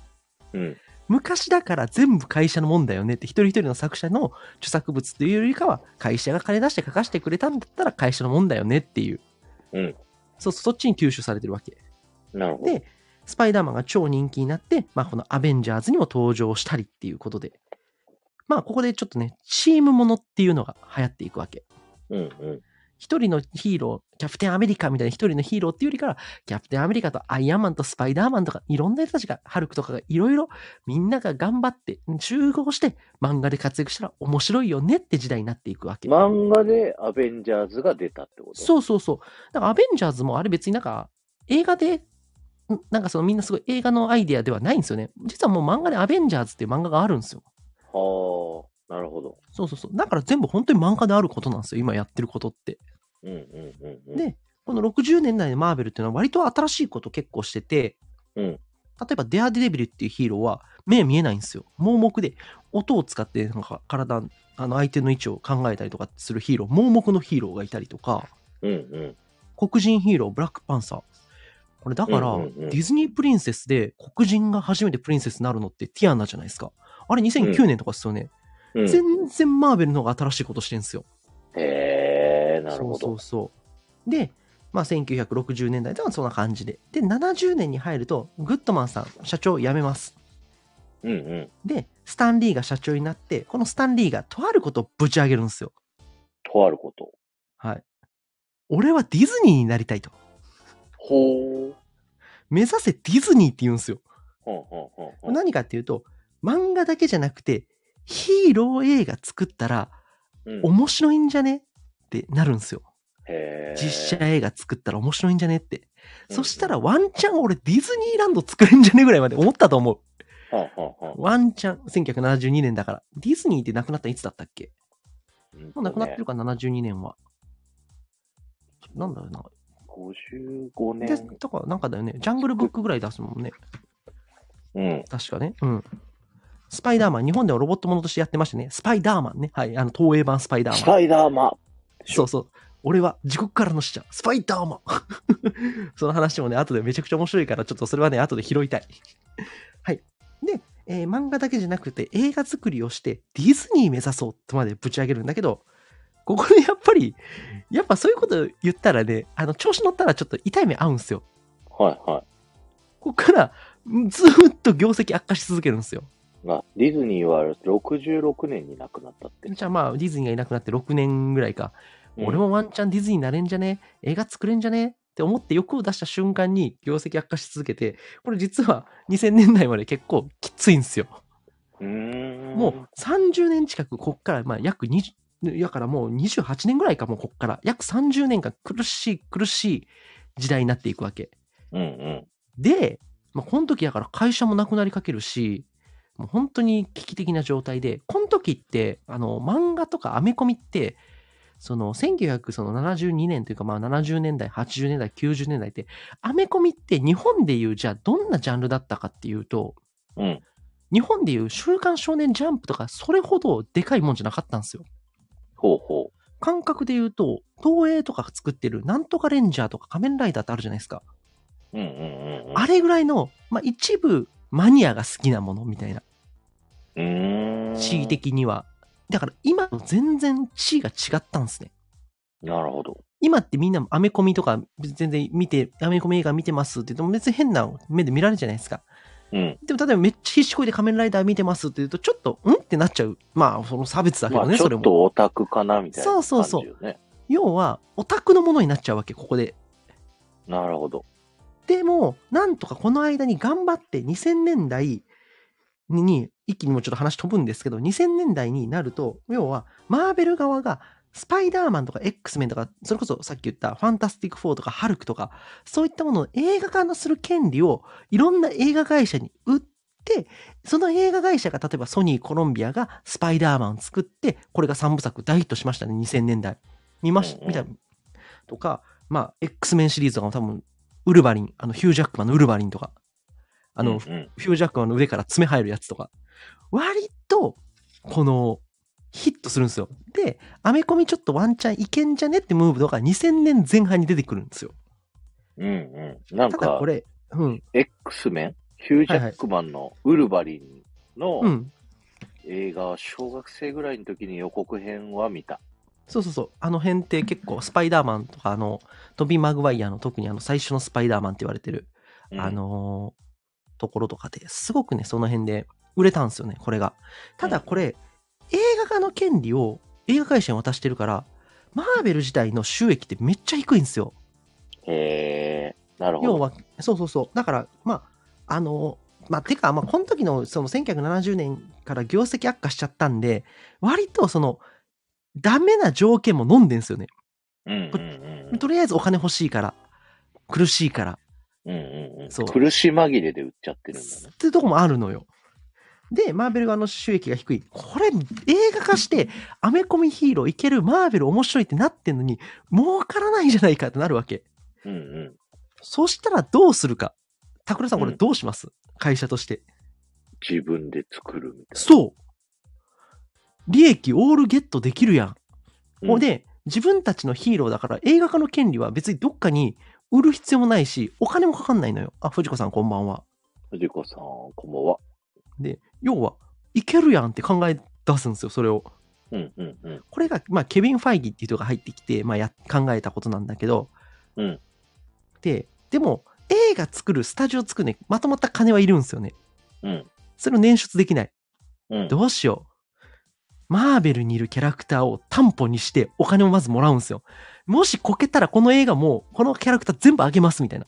うん
昔だから全部会社のもんだよねって、一人一人の作者の著作物というよりかは、会社が金出して書かせてくれたんだったら会社のもんだよねっていう。
うん
そうそう、そっちに吸収されてるわけ。
なるほど
で。スパイダーマンが超人気になって、まあ、このアベンジャーズにも登場したりっていうことで。まあ、ここでちょっとね、チームものっていうのが流行っていくわけ。
うんうん。
一人のヒーロー、キャプテンアメリカみたいな一人のヒーローっていうよりから、キャプテンアメリカとアイアンマンとスパイダーマンとか、いろんな人たちが、ハルクとかがいろいろ、みんなが頑張って、集合して、漫画で活躍したら面白いよねって時代になっていくわけ。
漫画でアベンジャーズが出たってことう。
そうそうそう。だからアベンジャーズもあれ別になんか、映画で、んなんかそのみんなすごい映画のアイデアではないんですよね。実はもう漫画でアベンジャーズっていう漫画があるんですよ。
はあ、なるほど。
そうそうそう。だから全部本当に漫画であることなんですよ。今やってることって。
うんうんうんうん。
でこの60年代のマーベルっていうのは割と新しいこと結構してて、
うん
例えばデアデビルっていうヒーローは目見えないんですよ。盲目で音を使ってなんか体、あの相手の位置を考えたりとかするヒーロー、盲目のヒーローがいたりとか、
うんうん。
黒人ヒーロー、ブラックパンサー。これだから、
うんうんうん
ディズニープリンセスで黒人が初めてプリンセスになるのってティアナじゃないですか。あれ2009年とかですよね。
うん、
全然マーベルの方が新しいことしてるんですよ。
へえ、なるほど。
そうそうそうで、まあ、1960年代とはそんな感じでで70年に入るとグッドマンさん社長を辞めます
うんうん。
でスタンリーが社長になってこのスタンリーがとあることをぶち上げるんですよ
とあること。
はい俺はディズニーになりたいと
ほう。
目指せディズニーって言うんですよ
ほんほんほんほん。
何かっていうと漫画だけじゃなくてヒーロー映画作ったら
うん
面白いんじゃねってなるんですよ
へえ
実写映画作ったら面白いんじゃねってそした、
う
らワンチャン俺ディズニーランド作れんじゃねぐらいまで思ったと思う。
んうんほんほんほん
ワンチャン、1972年だから。ディズニーって亡くなったのいつだったっけ
うん
もう亡くなってるか、72年は。なんだろうな。
55
で
年。、
だからなんかだよね。ジャングルブックぐらい出すもんね。
うん。
確かね。うん。スパイダーマン、日本ではロボットものとしてやってましたね。スパイダーマンね。はい。あの、東映版スパイダーマン。
スパイダーマン。
そうそう。俺は地獄からの使者、ス パイダーマン。その話もね、後でめちゃくちゃ面白いから、ちょっとそれはね、後で拾いたい。 えー漫画だけじゃなくて映画作りをしてディズニー目指そうとまでぶち上げるんだけど、ここでやっぱり、やっぱそういうこと言ったらね、あの、調子乗ったらちょっと痛い目合うんすよ。
はいは
ここから、ずーっと業績悪化し続けるんですよ。
い。まあ、ディズニーは66年に亡くなったって。
じゃあまあ、ディズニーがいなくなって6年ぐらいか。
うん
俺もワンチャンディズニーになれんじゃね映画作れんじゃねって思って欲を出した瞬間に業績悪化し続けて、これ実は2000年代まで結構きついんですよ。
うーん。
もう30年近く、こっから、まあ、約20、やからもう28年ぐらいか、もうこっから、約30年間苦しい苦しい時代になっていくわけ。
う。うんうん。
で、まあ、この時だから会社もなくなりかけるし、もう本当に危機的な状態で、この時って、あの、漫画とかアメコミって、その1972年というかまあ70年代、80年代、90年代って、アメコミって日本でいうじゃあどんなジャンルだったかっていうと、
うん。
日本でいう週刊少年ジャンプとか、それほどでかいもんじゃなかったんですよ。
ほうほ
感覚で言うと、東映とか作ってるなんとかレンジャーとか仮面ライダーってあるじゃないですか。
う。うんうんうんうん。
あれぐらいの、まあ、一部マニアが好きなものみたいな、
うーん。
地位。的には。だから今と全然地位が違ったんですね。
なるほど。
今ってみんなアメコミとか全然見て、アメコミ映画見てますって言っても別に変な目で見られるじゃないですか。
うん。
でも例えばめっちゃ必死こいで仮面ライダー見てますって言うとちょっと、んってなっちゃう。まあその差別だけ
ま
どね、
あ、ち
それ
ょっ
も。
とオタクかなみたいな
そ
感
う
じ
そ
よね。
うそう要はオタクのものになっちゃうわけここで
なるほど。
でもなんとかこの間に頑張って2000年代にに一気にもうちょっと話飛ぶんですけど2000年代になると要はマーベル側がスパイダーマンとか X メンとかそれこそさっき言ったファンタスティック4とかハルクとかそういったものを映画化する権利をいろんな映画会社に売ってその映画会社が例えばソニーコロンビアがスパイダーマンを作ってこれが3部作大ヒットしましたね2000年代見まし
うんうん
見たとかまあ X メンシリーズとかも多分ウルヴァリンあのヒュージャックマンのウルヴァリンとかあの、
うんうん
フュージャックマンの腕から爪入るやつとか、割と、この、ヒットするんですよ。で、アメコミちょっとワンチャンいけんじゃねってムーブとか2000年前半に出てくるんですよ。
うんうん。なん
ただ
か
こ、れ、うん、
X メンヒュージャックマンのウルヴァリン
う
の
ん。
映画は小学生ぐらいの時に予告編は見た。
そうそうそう。あの辺って結構、スパイダーマンとか、あの、トビー・マグワイアの特にあの最初のスパイダーマンって言われてる、
うん
あ、のーところとかですごくね、その辺で売れたんですよね、これが。ただこれ、映画化の権利を映画会社に渡してるから、マーベル自体の収益ってめっちゃ低いんですよ。
へえ、なるほ
要
ど。
は、そうそうそう。だから、まあ、あの、まあ、てか、まあ、この時の、その1970年から業績悪化しちゃったんで、割と、その、ダメな条件も飲んでんすよね。
うんうん
とりあえずお金欲しいから、苦しいから、
うん。うんうんうん
そう
苦し紛れで売っちゃってるんだね。
っていうとこもあるのよ。で、マーベル側の収益が低い。これ、映画化して、アメコミヒーローいける、マーベル面白いってなってんのに、儲からないじゃないかってなるわけ。
うんうん。
そしたらどうするか。拓郎さん、これ
うん
どうします、会社として。
自分で作るみたい
そう利益オールゲットできるやん。
な。
ほん、で、自分たちのヒーローだから映画化の権利は別にどっかに売る必要もないし、お金もかかんないのよ。あ、藤子さんこんばんは。
藤子さん、こんばんは。
で、要は、いけるやんって考え出すんですよ、それを。
うんうんうん。
これが、まあ、ケビン・ファイギーっていう人が入ってきて、まあ、や考えたことなんだけど、
うん
で、でも、映画作る、スタジオ作るね、まとまった金はいるんですよね。
うん
それを捻出できない。
うん。
どうしよう。マーベルにいるキャラクターを担保にしてお金をまずもらうんですよ。もしこけたらこの映画もこのキャラクター全部あげますみたいな。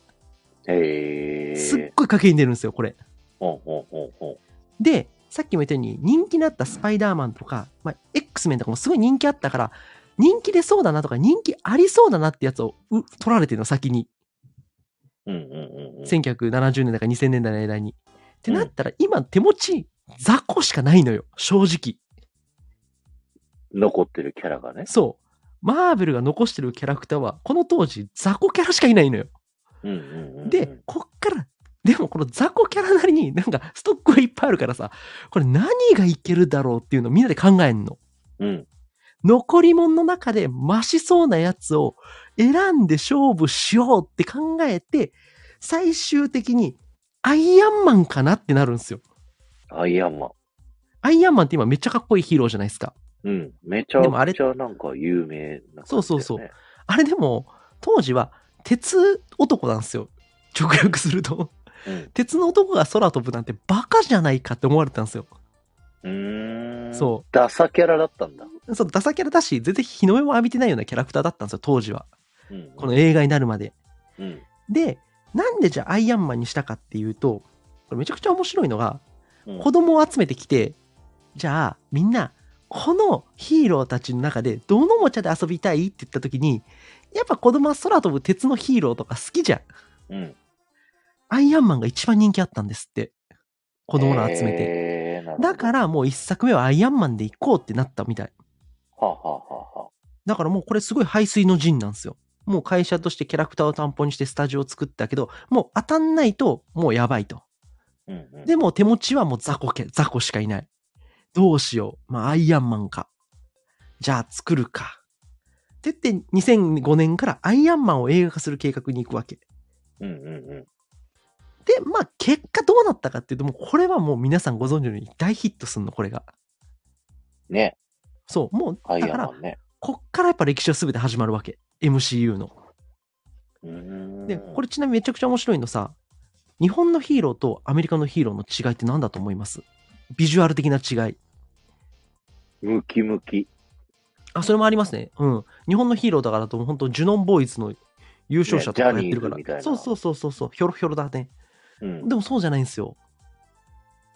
へえ。
すっごい賭けに出るんですよ、これ。
ほんほんほんほん。
で、さっきも言ったように人気になったスパイダーマンとか、まあ、X メンとかもすごい人気あったから、人気出そうだなとか人気ありそうだなってやつをう取られてるの先に。
うんうんうんうん。
1970年代から2000年代の間に。ってなったら今手持ち雑魚しかないのよ、正直。
残ってるキャラがね。
そう。マーベルが残してるキャラクターは、この当時、雑魚キャラしかいないのよ。
うんうんうん。
で、こっから、でもこの雑魚キャラなりになんかストックがいっぱいあるからさ、これ何がいけるだろうっていうのをみんなで考えんの。
うん。
残り物の中でマシそうなやつを選んで勝負しようって考えて、最終的にアイアンマンかなってなるんですよ。
アイアンマン。
アイアンマンって今めっちゃかっこいいヒーローじゃないですか。
うん。めちゃ
でもあれ
くちゃなんか有名な感じだよね、
そうそうそうあれでも、当時は鉄男なんですよ。直訳すると。
うん。
鉄の男が空飛ぶなんてバカじゃないかって思われてたんですよ。
うーん。。
そう
ダサキャラだったんだ。
そう、ダサキャラだし、全然日の目も浴びてないようなキャラクターだったんですよ、当時は。
うん。
この映画になるまで。
うん。
で、なんでじゃあアイアンマンにしたかっていうと、これめちゃくちゃ面白いのが、
うん
子供を集めてきて、じゃあみんな、このヒーローたちの中でどのおもちゃで遊びたいって言った時に、やっぱ子供は空飛ぶ鉄のヒーローとか好きじゃん。
うん。
アイアンマンが一番人気あったんですって。子
子
供ら集めて。
て
だか、らもう一作目はアイアンマンで行こうってなったみたい。
はあはあはあはあ
だからもうこれすごい排水の陣なんですよ。もう会社としてキャラクターを担保にしてスタジオを作ったけど、もう当たんないともうやばいと。
うんうん、
でも手持ちはもう雑魚け、雑魚しかいない。どうしよう。まあ、アイアンマンか。じゃあ作るか。って言って2005年からアイアンマンを映画化する計画に行くわけ。
うんうんうん。
で、まあ結果どうなったかっていうと、もうこれはもう皆さんご存知のように大ヒットすんの、これが。
ね、
そう、もう、
アイ
だ
ア
か
ンマ
ら、
ンね。
こっからやっぱ歴史は全て始まるわけ。MCU の。
うーん
で、これちなみにめちゃくちゃ面白いのさ、日本のヒーローとアメリカのヒーローの違いって何だと思いますビジュアル的な違い。
ムキムキ。
あ、それもありますね。うん。日本のヒーローだからだと、本当ジュノンボーイズの優勝者とかやっ
ね
てるか
ジャニーズみたい
ら。
な
そうそうそうそうそう、ひょろひょろだね。
うん。
でもそうじゃないんですよ。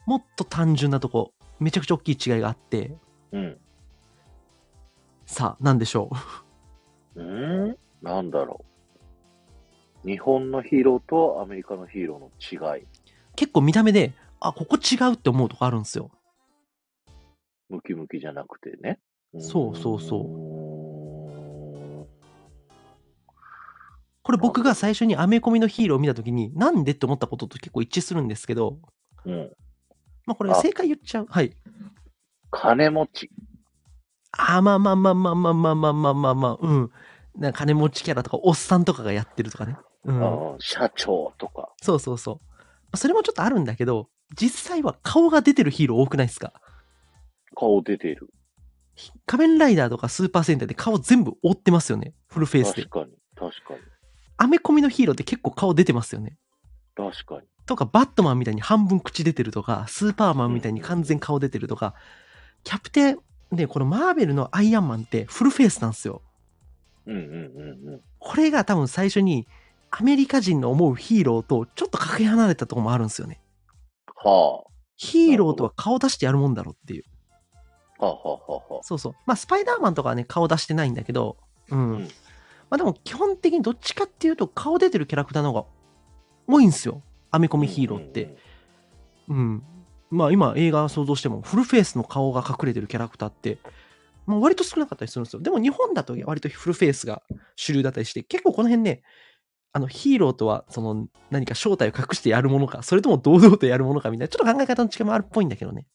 もっと単純なとこ、めちゃくちゃ大きい違いがあって、
うん。
さあ、なんでしょう。
うんなんだろう。日本のヒーローとアメリカのヒーローの違い。
結構見た目で、あ、ここ違うって思うとこあるんですよ。
ムキムキじゃなくてね。
そうそうそう
う
これ僕が最初にアメコミのヒーローを見た時に、なんでって思ったことと結構一致するんですけど、
ーん。うん。
まあこれ
あ
正解言っちゃう。はい。
金持ち。
あーまあまあまあまあまあまあまあまあまあまあ、うん。なんか金持ちキャラとか、おっさんとかがやってるとかね。う。
うんん。社長とか。
そうそうそう。まあそれもちょっとあるんだけど、実際は顔が出てるヒーロー多くないですか
顔出てる。
ひ仮面ライダーとかスーパー戦隊で顔全部覆ってますよね。フルフェイス
確
で。
かに。確かに。
アメコミのヒーローって結構顔出てますよね。
確かに。
とか、バットマンみたいに半分口出てるとか、スーパーマンみたいに完全顔出てるとか、キャプテン、ね、このマーベルのアイアンマンってフルフェイスなんですよ。
うんうんうんうん。
これが多分最初にアメリカ人の思うヒーローとちょっとかけ離れたとこもあるんですよね。
は
ヒーローとは顔出してやるもんだろうっていう。
あ。はあはあはあはあ。
そうそう。まあ、スパイダーマンとかはね、顔出してないんだけど、うん。
うん
まあでも基本的にどっちかっていうと顔出てるキャラクターの方が多いんですよ。アメコミヒーローって。うん。まあ今映画想像してもフルフェイスの顔が隠れてるキャラクターって、まあ、割と少なかったりするんですよ。でも日本だと割とフルフェイスが主流だったりして、結構この辺ね、あのヒーローとはその何か正体を隠してやるものか、それとも堂々とやるものかみたいな、ちょっと考え方の違いもあるっぽいんだけどね。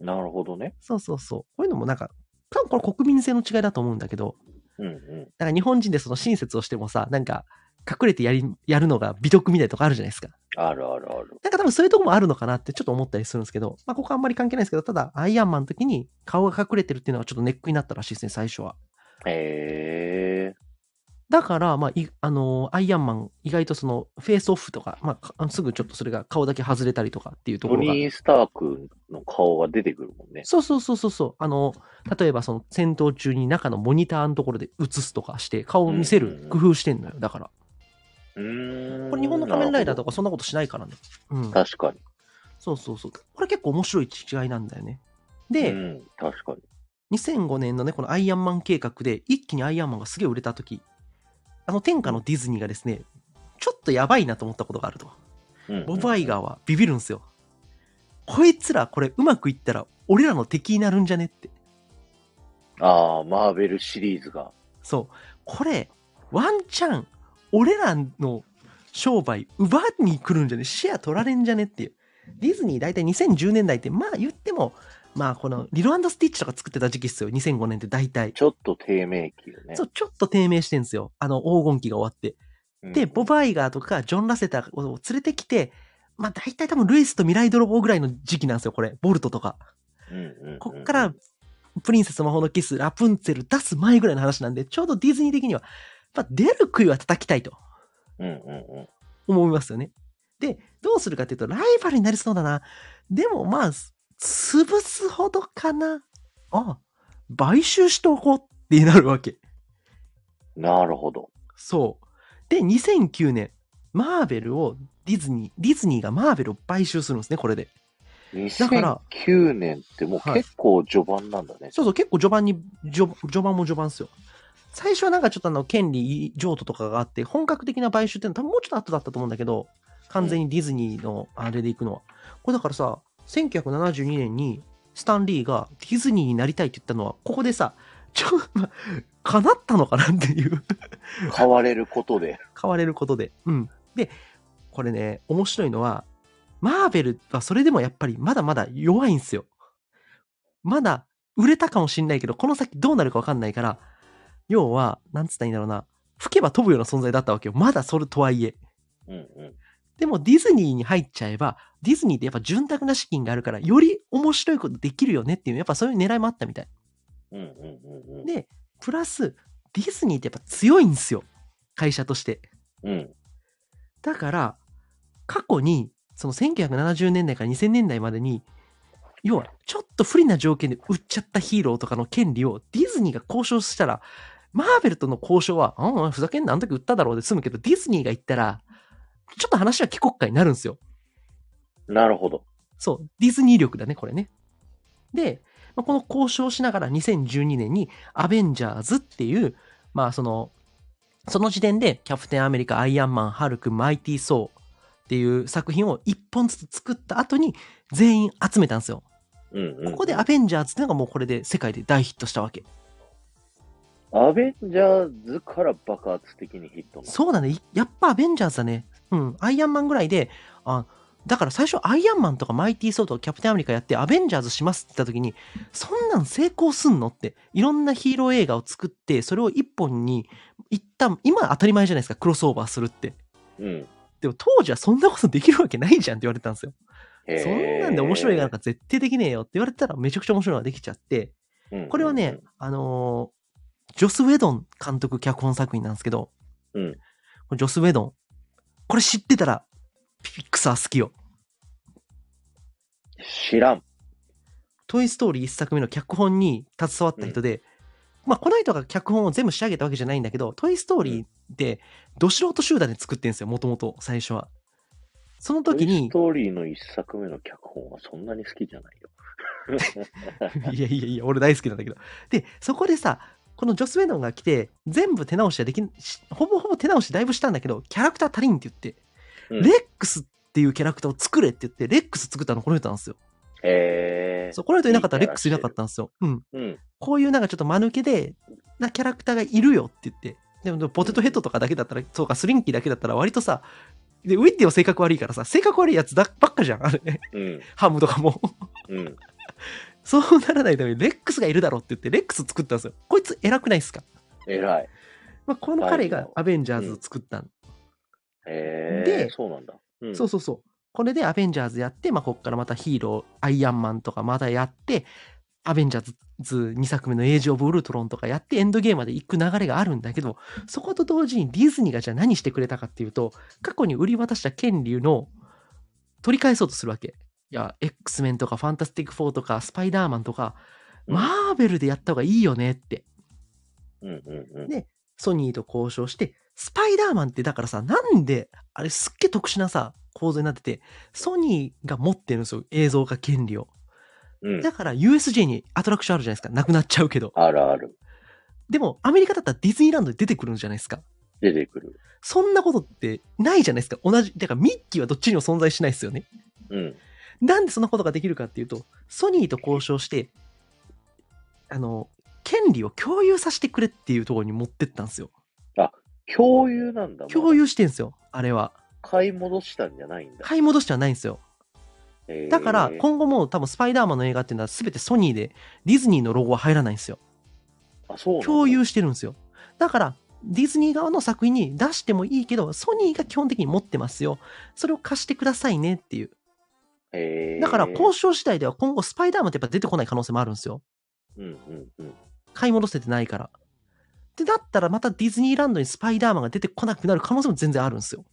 うんなるほどね。
そうそうそう。こういうのもなんか、多分これ国民性の違いだと思うんだけど、
うんう
なんか日本人でその親切をしてもさ、なんか隠れてやりやるのが美徳みたいなとこあるじゃないですか。
ん。あるあるある。
なんか多分そういうとこもあるのかなってちょっと思ったりするんですけど、まあここはあんまり関係ないですけど、ただアイアンマンの時に顔が隠れてるっていうのはちょっとネックになったらしいですね、最初は。
へえ。
だから、まあ、いあのーアイアンマン、意外とその、フェイスオフとか、まあかあの、すぐちょっとそれが顔だけ外れたりとかっていうと
ト
ころが。
ニー・スタークの顔が出てくるもんね。
そうそうそうそうそう。あの、例えばその、戦闘中に中のモニターのところで映すとかして、顔を見せ
うんうんう
る
ん
工夫してんのよ。だから。
うーん。
これ日本の仮面ライダーと
か。
かそんなことしないからね。うん。
確かに。
そうそうそう。これ結構面白い違いなんだよね。で、
うん、確かに。
2005年のね、このアイアンマン計画で、一気にアイアンマンがすげえ売れた時あの天下のディズニーがですね、ちょっとやばいなと思ったことがあると。
うん
ボブ・アイガーはビビるんですよ。こいつらこれうまくいったら俺らの敵になるんじゃねって。
ああ、マーベルシリーズが。
そう。これ、ワンチャン、俺らの商売奪いに来るんじゃねシェア取られんじゃねっていう。ディズニー大体2010年代って、まあ言っても、まあこのリロスティッチとか作ってた時期っすよ。2005年って大体。
ちょっと低迷期よね。
そう、ちょっと低迷してんですよ。あの、黄金期が終わって。
うん
で、ボブ・アイガーとか、ジョン・ラセターを連れてきて、まあ大体多分ルイスと未来泥棒ぐらいの時期なんですよ、これ。ボルトとか。
うんうんうん
こっから、プリンセス魔法のキス、ラプンツェル出す前ぐらいの話なんで、ちょうどディズニー的には、まあ出る杭は叩きたいと
うんうんうん。
思いますよね。で、どうするかっていうと、ライバルになりそうだな。でもまあ、潰すほどかな。あ、買収しとこうってなるわけ。
なるほど。
そう。で、2009年、マーベルをディズニー、ディズニーがマーベルを買収するんですね、これで。から
2009年ってもう
はい
結構序盤なんだね。
そうそう、結構序盤に、序序盤も序盤ですよ。最初はなんかちょっとあの、権利譲渡とかがあって、本格的な買収っていうのは多分もうちょっと後だったと思うんだけど、完全にディズニーのあれで行くのは。これだからさ、1972年にスタンリーがディズニーになりたいって言ったのは、ここでさ、ちょ、まあ、叶ったのかなっていう。
買われることで。
買われることで。うん。で、これね、面白いのは、マーベルはそれでもやっぱりまだまだ弱いんですよ。まだ売れたかもしんないけど、この先どうなるかわかんないから、要は、なんつったらいいんだろうな、吹けば飛ぶような存在だったわけよ。まだそれとはいえ。
うんうん。
でもディズニーに入っちゃえば、ディズニーってやっぱ潤沢な資金があるから、より面白いことできるよねっていう、やっぱそういう狙いもあったみたい。
うんうんうんうん。
で、プラス、ディズニーってやっぱ強いんですよ。会社として。
うん。
だから、過去に、その1970年代から2000年代までに、要は、ちょっと不利な条件で売っちゃったヒーローとかの権利をディズニーが交渉したら、マーベルとの交渉は、うんうん、ふざけんな、あの時売っただろうで済むけど、ディズニーが言ったら、ちょっと話は帰国会になるんですよ。
なるほど。
そう、ディズニー力だね、これね。で、まあ、この交渉をしながら2012年にアベンジャーズっていう、まあその、その時点でキャプテンアメリカ、アイアンマン、ハルク、マイティー・ソーっていう作品を一本ずつ作った後に全員集めたんですよ。
うんうんうん
ここでアベンジャーズっていうのがもうこれで世界で大ヒットしたわけ。
アベンジャーズから爆発的にヒットなの
そうだね。いやっぱアベンジャーズだね。うん。アイアンマンぐらいで、あ、だから最初アイアンマンとかマイティーソーとかキャプテンアメリカやってアベンジャーズしますって言った時に、そんなん成功すんのって、いろんなヒーロー映画を作って、それを一本に、一旦、今当たり前じゃないですか、クロスオーバーするって。
うん。
でも当時はそんなことできるわけないじゃんって言われたんですよ。
へー
そんなんで面白い映画なんか絶対できねえよって言われたらめちゃくちゃ面白いのができちゃって、
うんうん
これはね、あのージョス・ウェドン監督脚本作品なんですけど、
うん
これジョス・ウェドン、これ知ってたら、ピクサー好きよ。
知らん。
トイ・ストーリー1作目の脚本に携わった人で、まあ、この人が脚本を全部仕上げたわけじゃないんだけど、トイ・ストーリーで、ど素人集団で作ってんですよ、もともと、最初は。その
ト
時
イ
に
ス、トーリーの一作目の脚本はそんなに好きじゃないよ。
いやいやいや、俺大好きなんだけど。で、そこでさ、このジョス・ウェドンが来て、全部手直しはできん、しほぼほぼ手直しだいぶしたんだけど、キャラクター足りんって言って、
うん
レックスっていうキャラクターを作れって言って、レックス作ったのこの人なんですよ。
へえ。
そうこの人いなかったら
いい
レ
キャ
ッ
ラ
クスいなかったんですよ。うん。
うん。
こういうなんかちょっと間抜けで、なキャラクターがいるよって言って。でもポテトヘッドとかだけだったら、そうか、スリンキーだけだったら割とさ、で、ウィッティは性格悪いからさ、性格悪いやつだばっかじゃん、あれね。
うん。
ハムとかも。
うん。
そうならないために、レックスがいるだろうって言って、レックス作ったんですよ。こいつ偉くないですか、
偉い。
まあ、この彼がアベンジャーズを作った、ん
へえ。
で
そうなんだ。うん
そうそうそう。これでアベンジャーズやって、まあ、こっからまたヒーロー、アイアンマンとかまたやって、アベンジャーズ2作目のエイジ・オブ・ウルトロンとかやって、エンドゲームまで行く流れがあるんだけど、そこと同時にディズニーがじゃあ何してくれたかっていうと、過去に売り渡した権利の取り返そうとするわけ。いや、X メンとかファンタスティック4とかスパイダーマンとか、
うん
マーベルでやった方がいいよねって。
うんうんうん。
でソニーと交渉して、スパイダーマンってだからさ、なんで、あれすっげえ特殊なさ、構造になってて、ソニーが持ってるんですよ、映像化権利を。
うん。
だから USJ にアトラクションあるじゃないですか、なくなっちゃうけど。
あるある。
でも、アメリカだったらディズニーランドで出てくるんじゃないですか。
出てくる。
そんなことってないじゃないですか。同じ、だからミッキーはどっちにも存在しないですよね。
うん。
なんでそんなことができるかっていうと、ソニーと交渉して、あの、権利を共有させてくれっていうところに持ってったんですよ。
共有なんだ。まだ
共。有してんですよ、あれは。
買い戻したんじゃないんだ。
買い戻してはないんですよ。
へー
だから今後もう多分スパイダーマンの映画っていうのは全てソニーでディズニーのロゴは入らないんですよ。
あそうなんだ
共有してるんですよ。だからディズニー側の作品に出してもいいけど、ソニーが基本的に持ってますよ。それを貸してくださいねっていう。
えー、
だから交渉次第では今後スパイダーマンってやっぱ出てこない可能性もあるんですよ。
うんうんうん。
買い戻せてないから。ってなったらまたディズニーランドにスパイダーマンが出てこなくなる可能性も全然あるんですよ。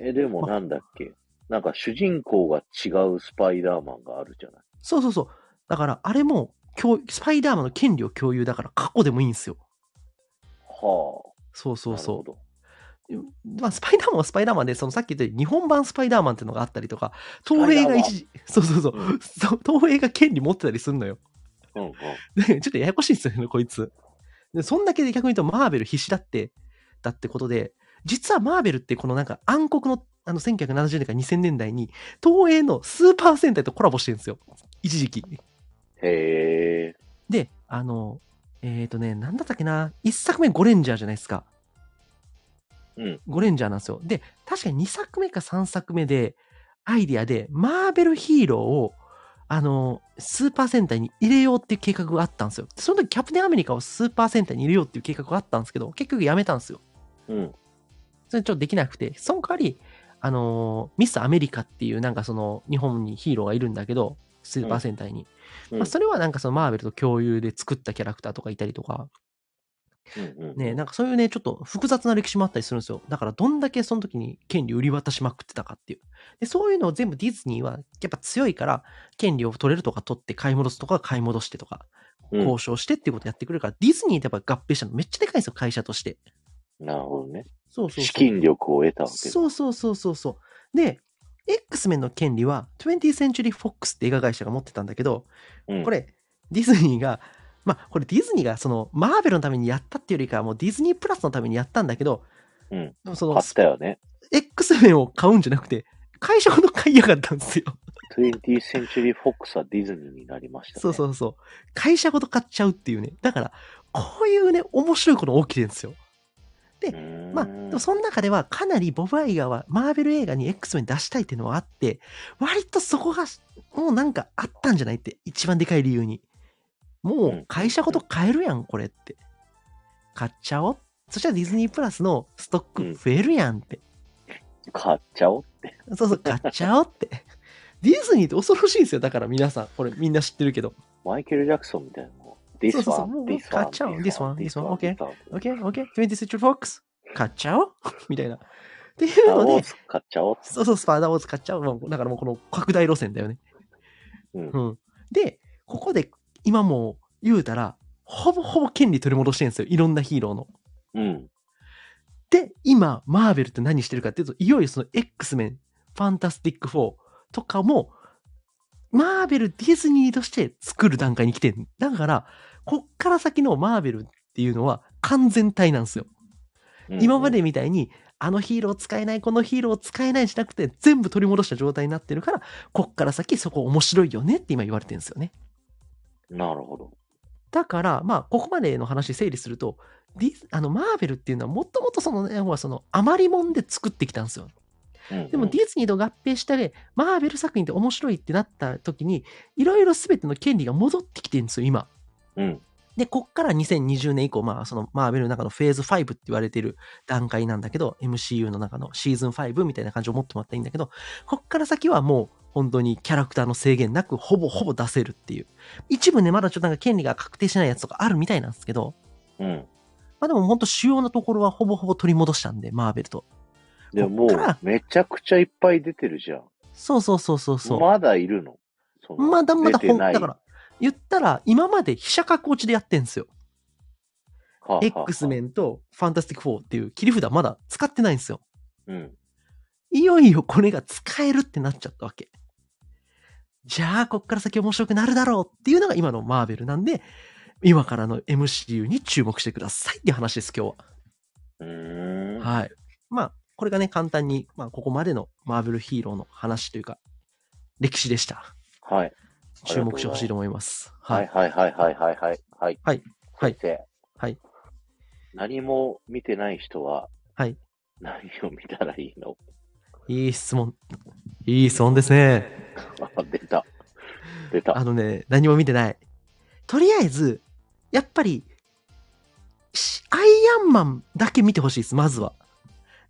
え、でもなんだっけなんか主人公が違うスパイダーマンがあるじゃない。
そうそうそう。だからあれも共、スパイダーマンの権利を共有だから過去でもいいんですよ。
はあ。
そうそうそう
なるほ。ど。
まあ、スパイダーマンはスパイダーマンで、そのさっき言ったように日本版スパイダーマンっていうのがあったりとか、東映が一時、そうそうそう、
うん
そう東映が権利持ってたりすんのよ。
うんうん。
で、ちょっとややこしいんですよね、こいつ。で、そんだけで逆に言うとマーベル必死だって、だってことで、実はマーベルってこのなんか暗黒の、あの、1970年から2000年代に、東映のスーパー戦隊とコラボしてるんですよ。一時期。
へえ。
で、あの、えっ、ー、とね、なんだったっけな、一作目ゴレンジャーじゃないですか。
うん。
ゴレンジャーなんですよ。で、確かに2作目か3作目で、アイディアで、マーベルヒーローを、あの、スーパー戦隊に入れようっていう計画があったんですよ。その時、キャプテンアメリカをスーパー戦隊に入れようっていう計画があったんですけど、結局やめたんですよ。
うん。
それちょっとできなくて、その代わり、あの、ミスアメリカっていう、なんかその、日本にヒーローがいるんだけど、スーパー戦隊に。
うん
まあ、それはなんかそのマーベルと共有で作ったキャラクターとかいたりとか、
うんうん。
ね、なんかそういうね、ちょっと複雑な歴史もあったりするんですよ。だからどんだけその時に権利売り渡しまくってたかっていう。で、そういうのを全部ディズニーはやっぱ強いから、権利を取れるとか取って買い戻すとか買い戻してとか、
うん
交渉してっていうことやってくるから、ディズニーってやっぱ合併したのめっちゃでかいんですよ、会社として。
なるほどね。
そうそうそう。
資金力を得たわけだ。
そうそうそうそうそう。で、X メンの権利は 20th Century Fox って映画会社が持ってたんだけど、
うん
これ、ディズニーが、まあ、これディズニーがそのマーベルのためにやったっていうよりかはもうディズニープラスのためにやったんだけど、
うん
でもその
買ったよね。
X 面を買うんじゃなくて、会社ごと買いやがったんですよ。
20th Century Fox はディズニーになりましたね。
そうそうそう。会社ごと買っちゃうっていうね。だから、こういうね、面白いこと起きてるんですよ。
うーん。
まあ、でもその中ではかなりボブ・アイガーはマーベル映画に X メン出したいっていうのはあって、割とそこがもうなんかあったんじゃないって、一番でかい理由に。もう会社ごと買えるやん、これって。買っちゃおう。そしたらディズニープラスのストック増えるやんって。
買っちゃおう。
そうそう、買っちゃおうって。 ディズニーって恐ろしいんですよ。だから皆さん、これみんな知ってるけど。
マイケル・ジャクソンみたいなの。This
そうそうそう
one,
もう
this
買っ
one,
ちゃおう
this one,
this one,
this one,
this
this one.
OK, OK, 20th Century Fox 買っちゃおう みたいな。ってい
スタ
う
ー・ウ
の
ォ
で
ー、ズ買っちゃおう。
そうそう、スパーダーウォーズ買っちゃう。もうだからもうこの拡大路線だよね。
うん
うん。で、ここで今もう言うたら、ほぼほぼ権利取り戻してるんですよ。いろんなヒーローの。
うん。
で、今、マーベルって何してるかっていうと、いよいよその X メン、ファンタスティック4とかも、マーベル、ディズニーとして作る段階に来てん。だから、こっから先のマーベルっていうのは完全体なんですよ。
うん
今ま。でみたいに、あのヒーロー使えない、このヒーロー使えないじゃなくて、全部取り戻した状態になってるから、こっから先そこ面白いよねって今言われてるんですよね。
なるほど。
だから、まあ、ここまでの話整理すると、ディズあのマーベルっていうのはもともとそのね、ほらその余りもんで作ってきたんですよ。
うん
でもディズニーと合併したり、マーベル作品って面白いってなった時に、いろいろ全ての権利が戻ってきてるんですよ、今。
うん。
で、こっから2020年以降、まあ、そのマーベルの中のフェーズ5って言われてる段階なんだけど、MCU の中のシーズン5みたいな感じを持ってもらったらいいんだけど、こっから先はもう本当にキャラクターの制限なく、ほぼほぼ出せるっていう。一部ね、まだちょっとなんか権利が確定してないやつとかあるみたいなんですけど、
うん。
まあでも本当主要なところはほぼほぼ取り戻したんで、マーベルと。
でもも
こっから
う、めちゃくちゃいっぱい出てるじゃん。
そうそうそうそうそう。
まだいるの。その
まだまだ
出て
本、
ない
だから、言ったら、今まで飛車角落ちでやってんすよ。
はあはあはあ
X メンとファンタスティック4っていう切り札まだ使ってないんですよ。
うん。
いよいよこれが使えるってなっちゃったわけ。じゃあ、こっから先面白くなるだろうっていうのが今のマーベルなんで、今からの MCU に注目してくださいっていう話です、今日は。
うーん。
はい。まあ、これがね、簡単に、まあ、ここまでのマーベルヒーローの話というか、歴史でした。
はい。
注目してほしいと思います。
はい。はいはいはいはいはい。はい。
はい。はい
先生。
はい。
何も見てない人は、
はい。
何を見たらいいの
いい質問。いい質問ですね。
あ出た。出た。
あのね、何も見てない。とりあえず、やっぱり、しアイアンマンだけ見てほしいです、まずは。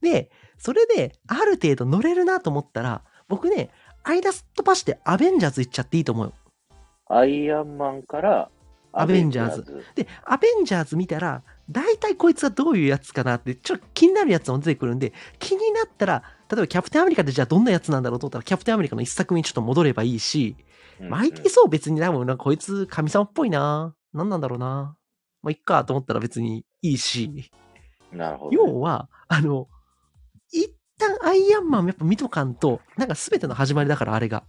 で、それで、ある程度乗れるなと思ったら、僕ね、アイダス飛ばしてアベンジャーズ行っちゃっていいと思うよ。
アイアンマンから
アベンジャーズで、アベンジャーズ見たら、大体こいつはどういうやつかなって、ちょっと気になるやつも出てくるんで、気になったら、例えばキャプテンアメリカでじゃあどんなやつなんだろうと思ったら、キャプテンアメリカの一作目にちょっと戻ればいいし、
うん
マイティーソー別に多分、なんかこいつ神様っぽいな。何なんだろうな。まあ、いっかと思ったら別にいいし。
うんなるほどね、
要は、あの、一旦アイアンマンやっぱ見とかんと、なんか全ての始まりだから、あれが。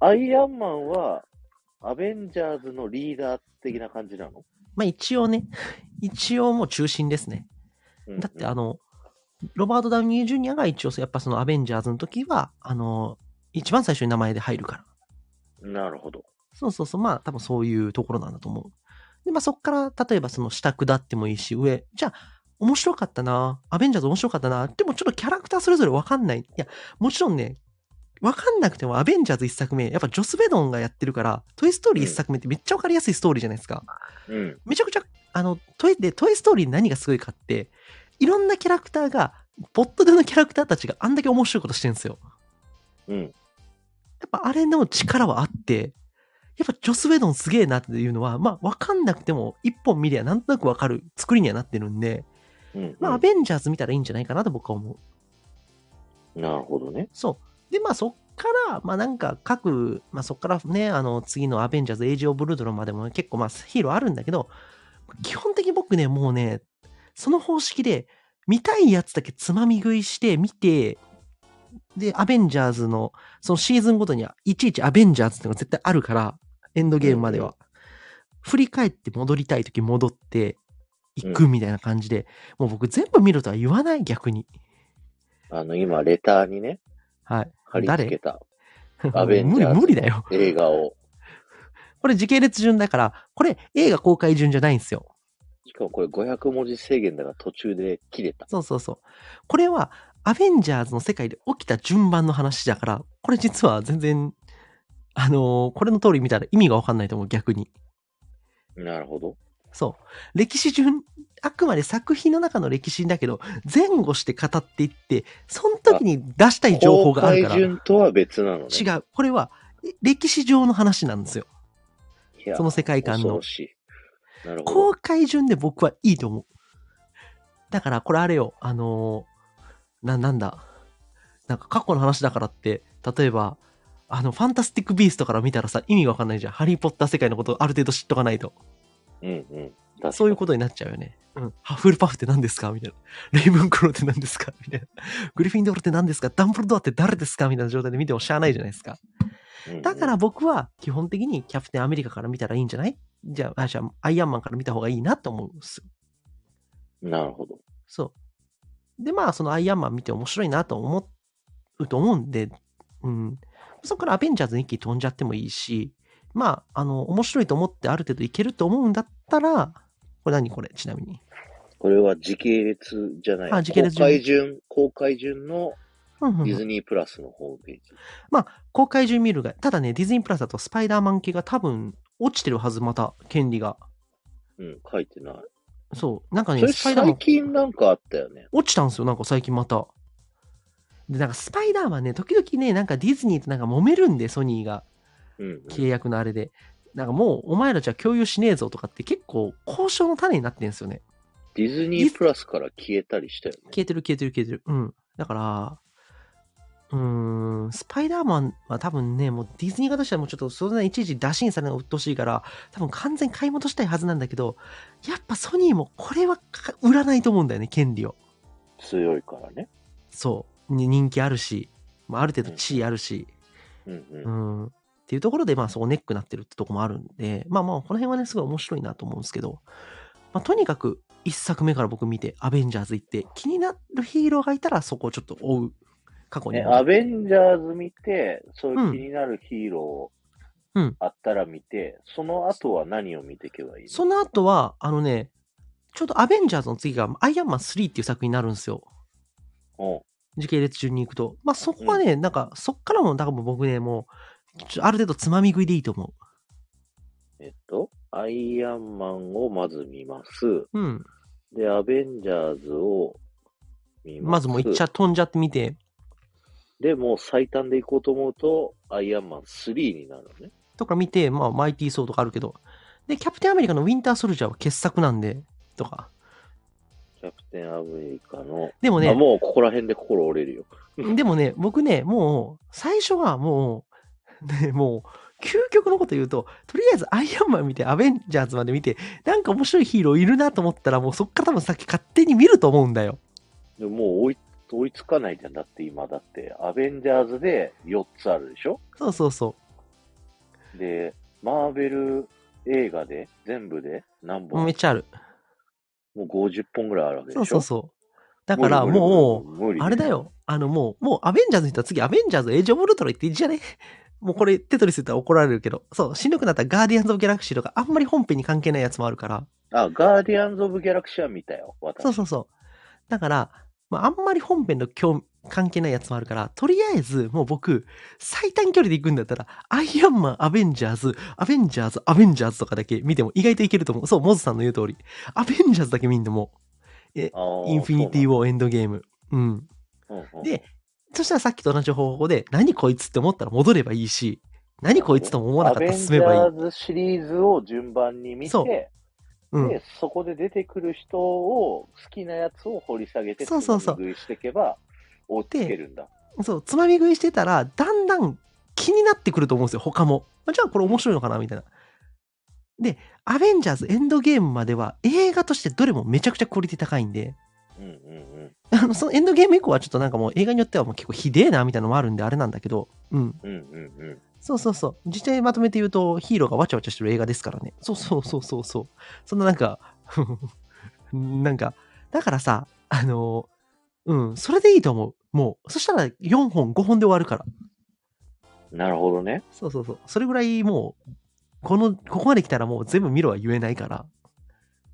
アイアンマンは、アベンジャーズのリーダー的な感じなの、
まあ一応ね、一応もう中心ですね。
うん
だってあの、ロバート・ダウニー・ジュニアが一応そうやっぱそのアベンジャーズの時は、あの、一番最初に名前で入るから。
なるほど。
そうそうそう、まあ多分そういうところなんだと思う。で、まあそっから、例えばその下下ってもいいし、上、じゃあ、面白かったな、アベンジャーズ面白かったな、でもちょっとキャラクターそれぞれわかんない。いや、もちろんね、わかんなくてもアベンジャーズ一作目、やっぱジョス・ベドンがやってるから、トイ・ストーリー一作目ってめっちゃわかりやすいストーリーじゃないですか。
うん。
めちゃくちゃ、あの、トイ、で、トイストーリー何がすごいかって、いろんなキャラクターが、ポットでのキャラクターたちがあんだけ面白いことしてるんですよ。
うん。
やっぱあれの力はあって、やっぱジョス・ウェドンすげえなっていうのは、まあわかんなくても一本見りゃなんとなくわかる作りにはなってるんで、
うん。
まあアベンジャーズ見たらいいんじゃないかなと僕は思う。
なるほどね。
そう。で、まあそっから、まあなんか各、まあそっからね、あの次のアベンジャーズ、エイジ・オブ・ルードロンまでも結構まあヒーローあるんだけど、基本的に僕ね、もうね、その方式で見たいやつだけつまみ食いして見て、で、アベンジャーズの、そのシーズンごとにはいちいちアベンジャーズってのが絶対あるから、エンドゲームまでは。振り返って戻りたい時戻っていくみたいな感じで、もう僕全部見るとは言わない逆に。
あの、今、レターにね、
はい。
貼り付けたアベンジャーズ
無理、無理だよ。
映画を、
これ時系列順だから、これ映画公開順じゃないんですよ。
しかもこれ500文字制限だから途中で切れた。
そうそうそう。これは、アベンジャーズの世界で起きた順番の話だから、これ実は全然、あのーこれの通り見たら意味がわかんないと思う、逆に。
なるほど。
そう。歴史順、あくまで作品の中の歴史だけど、前後して語っていって、その時に出したい情報があるから。
公開
違
順とは別なのね。
う。これは、え歴史上の話なんですよ。
いや
その世界観
恐
の
ろしいなるほ
公開順で僕はいいと思う。だからこれあれよ、あのーな、なんだ。なんか過去の話だからって、例えば、あの、ファンタスティック・ビーストから見たらさ、意味がわかんないじゃん。ハリー・ポッター世界のことある程度知っとかないと。
ど。うんうん。確かに
そういうことになっちゃうよね。うん。ハッフルパフって何ですかみたいな。レイブンクローって何ですかみたいな。グリフィンドールって何ですかダンブルドアって誰ですかみたいな状態で見てもしゃあないじゃないですか。
うんうん
だから、僕は基本的にキャプテンアメリカから見たらいいんじゃないじゃあ、あじゃあアイアンマンから見た方がいいなと思うんですよ
なるほど。
そう。で、まあ、そのアイアンマン見て面白いなと思うと思うんで、うん。そこからアベンジャーズに一気に飛んじゃってもいいし、まあ、あの、面白いと思ってある程度いけると思うんだったら、これ何これちなみに。
これは時系列じゃない。
あ時系列
公
順
開順、公開順の
うんうん
ディ
う
ズ
ん、
ニープラスのホームページ。
公開順見るが、ただね、ディズニープラスだとスパイダーマン系が多分落ちてるはず、また、権利が。
うん、書いてない。
そう。なんか
そ
ね、
れ
スパイダーマ
最
ン
近なんかあったよね。
落ちたんですよ、なんか最近また。で、なんかスパイダーマンね、時々ね、なんかディズニーとなんか揉めるんで、ソニーが。
うん、うん。
契約のあれで、なんかもうお前らじゃ共有しねえぞとかって結構交渉の種になってんですよね。
ディズニープラスから消えたりしたよね。
消えてる消えてる消えてる。うん。だから、うーん、スパイダーマンは多分ね、もうディズニー側としてはもうちょっとそんないちいち打診されるのが鬱陶しいから、多分完全に買い戻したいはずなんだけど、やっぱソニーもこれはか売らないと思うんだよね、権利を。
強いからね。
そう。に人気あるし、まあある程度地位あるし、
うんうん。
うん。っていうところで、まあ、そこネックになってるってとこもあるんで、まあまあ、この辺はね、すごい面白いなと思うんですけど、まあ、とにかく、一作目から僕見て、アベンジャーズ行って、気になるヒーローがいたら、そこをちょっと追う。過去に
ね、
も。
アベンジャーズ見て、そういううん気になるヒーロ
う
ー
ん
あったら見て、その後は何を見ていけばいいの
その後は、あのね、ちょうどアベンジャーズの次が、アイアンマン3っていう作品になるんですよ。
う
時系列順に行くと。まあ、そこはね、なんか、そっからも、だからもう僕ね、もう、ちょある程度つまみ食いでいいと思う。
んえっと、アイアンマンをまず見ます。
うん。
で、アベンジャーズを見ます。
まずもういっちゃ飛んじゃってみて。
で、もう最短で行こうと思うと、アイアンマン3になるのね。
とか見て、まあ、マイティー・ソーとかあるけど。で、キャプテン・アメリカのウィンター・ソルジャーは傑作なんで、とか。
キャプテンアメリカの。
でも
あ
ね、
もうここら辺で心折れるよ。
でもね、僕ね、もう、最初はもう、 ね、もう、究極のこと言うと、とりあえずアイアンマン見て、アベンジャーズまで見て、なんか面白いヒーローいるなと思ったら、もうそっから多分さっき勝手に見ると思うんだよ。
でももう追い追いつかないじゃん。だって今だって、アベンジャーズで4つあるでしょ
そうそうそ
で、マーベル映画で全部で何
う。めっ
本
ちゃある。
もう50本ぐらいあるわけでし
そ
ょ
うそうそう。だから
無理無理
も
無理無理
う、あれだ。よ。あのもう、もうアベンジャーズに行ったら次アベンジャーズエイジオブウルトラ行っていいじゃね もうこれテトリス言ったら怒られるけど。そう、しんどくなったらガーディアンズ・オブ・ギャラクシーとかあんまり本編に関係ないやつもあるから。
あ、ガーディアンズ・オブ・ギャラクシア見たよ。私。
そうそうそう。だから、まあ、あんまり本編の興味関係ないやつもあるから、とりあえずもう僕、最短距離で行くんだったら、アイアンマン、アベンジャーズ、アベンジャーズ、アベンジャーズとかだけ見ても意外といけると思う。そう、モズさんの言う通り。アベンジャーズだけ見んでも、
あー
インフィニティ・ウォー・エンドゲーム。うん。
そうなんだうんうん
で、そしたらさっきと同じ方法で、何こいつって思ったら戻ればいいし、何こいつとも思わなかったら進めばい
アベン。
い
ジャーズシリーズを順番に見て、
そううん。
で、そこで出てくる人を、好きなやつを掘り下げて、
そうそうそ
つま
う
み食いしていけば、追っていけるんだ。
そう、つまみ食いしてたら、だんだん気になってくると思うんですよ、他も。じゃあこれ面白いのかなみたいな。で、アベンジャーズエンドゲームまでは映画としてどれもめちゃくちゃクオリティ高いんで、
うんうんうん。
あの、そのエンドゲーム以降はちょっとなんかもう映画によってはもう結構ひでえなみたいなのもあるんであれなんだけど、うん。
うんうんうん。
そうそうそう。実際まとめて言うと、ヒーローがわちゃわちゃしてる映画ですからね。そうそうそうそうそう。そんななんか、 なんか、だからさ、あのーうん、それでいいと思う。もう、そしたら4本、5本で終わるから。
なるほどね。
そうそうそう。それぐらいもう、この、ここまで来たらもう全部見ろは言えないから。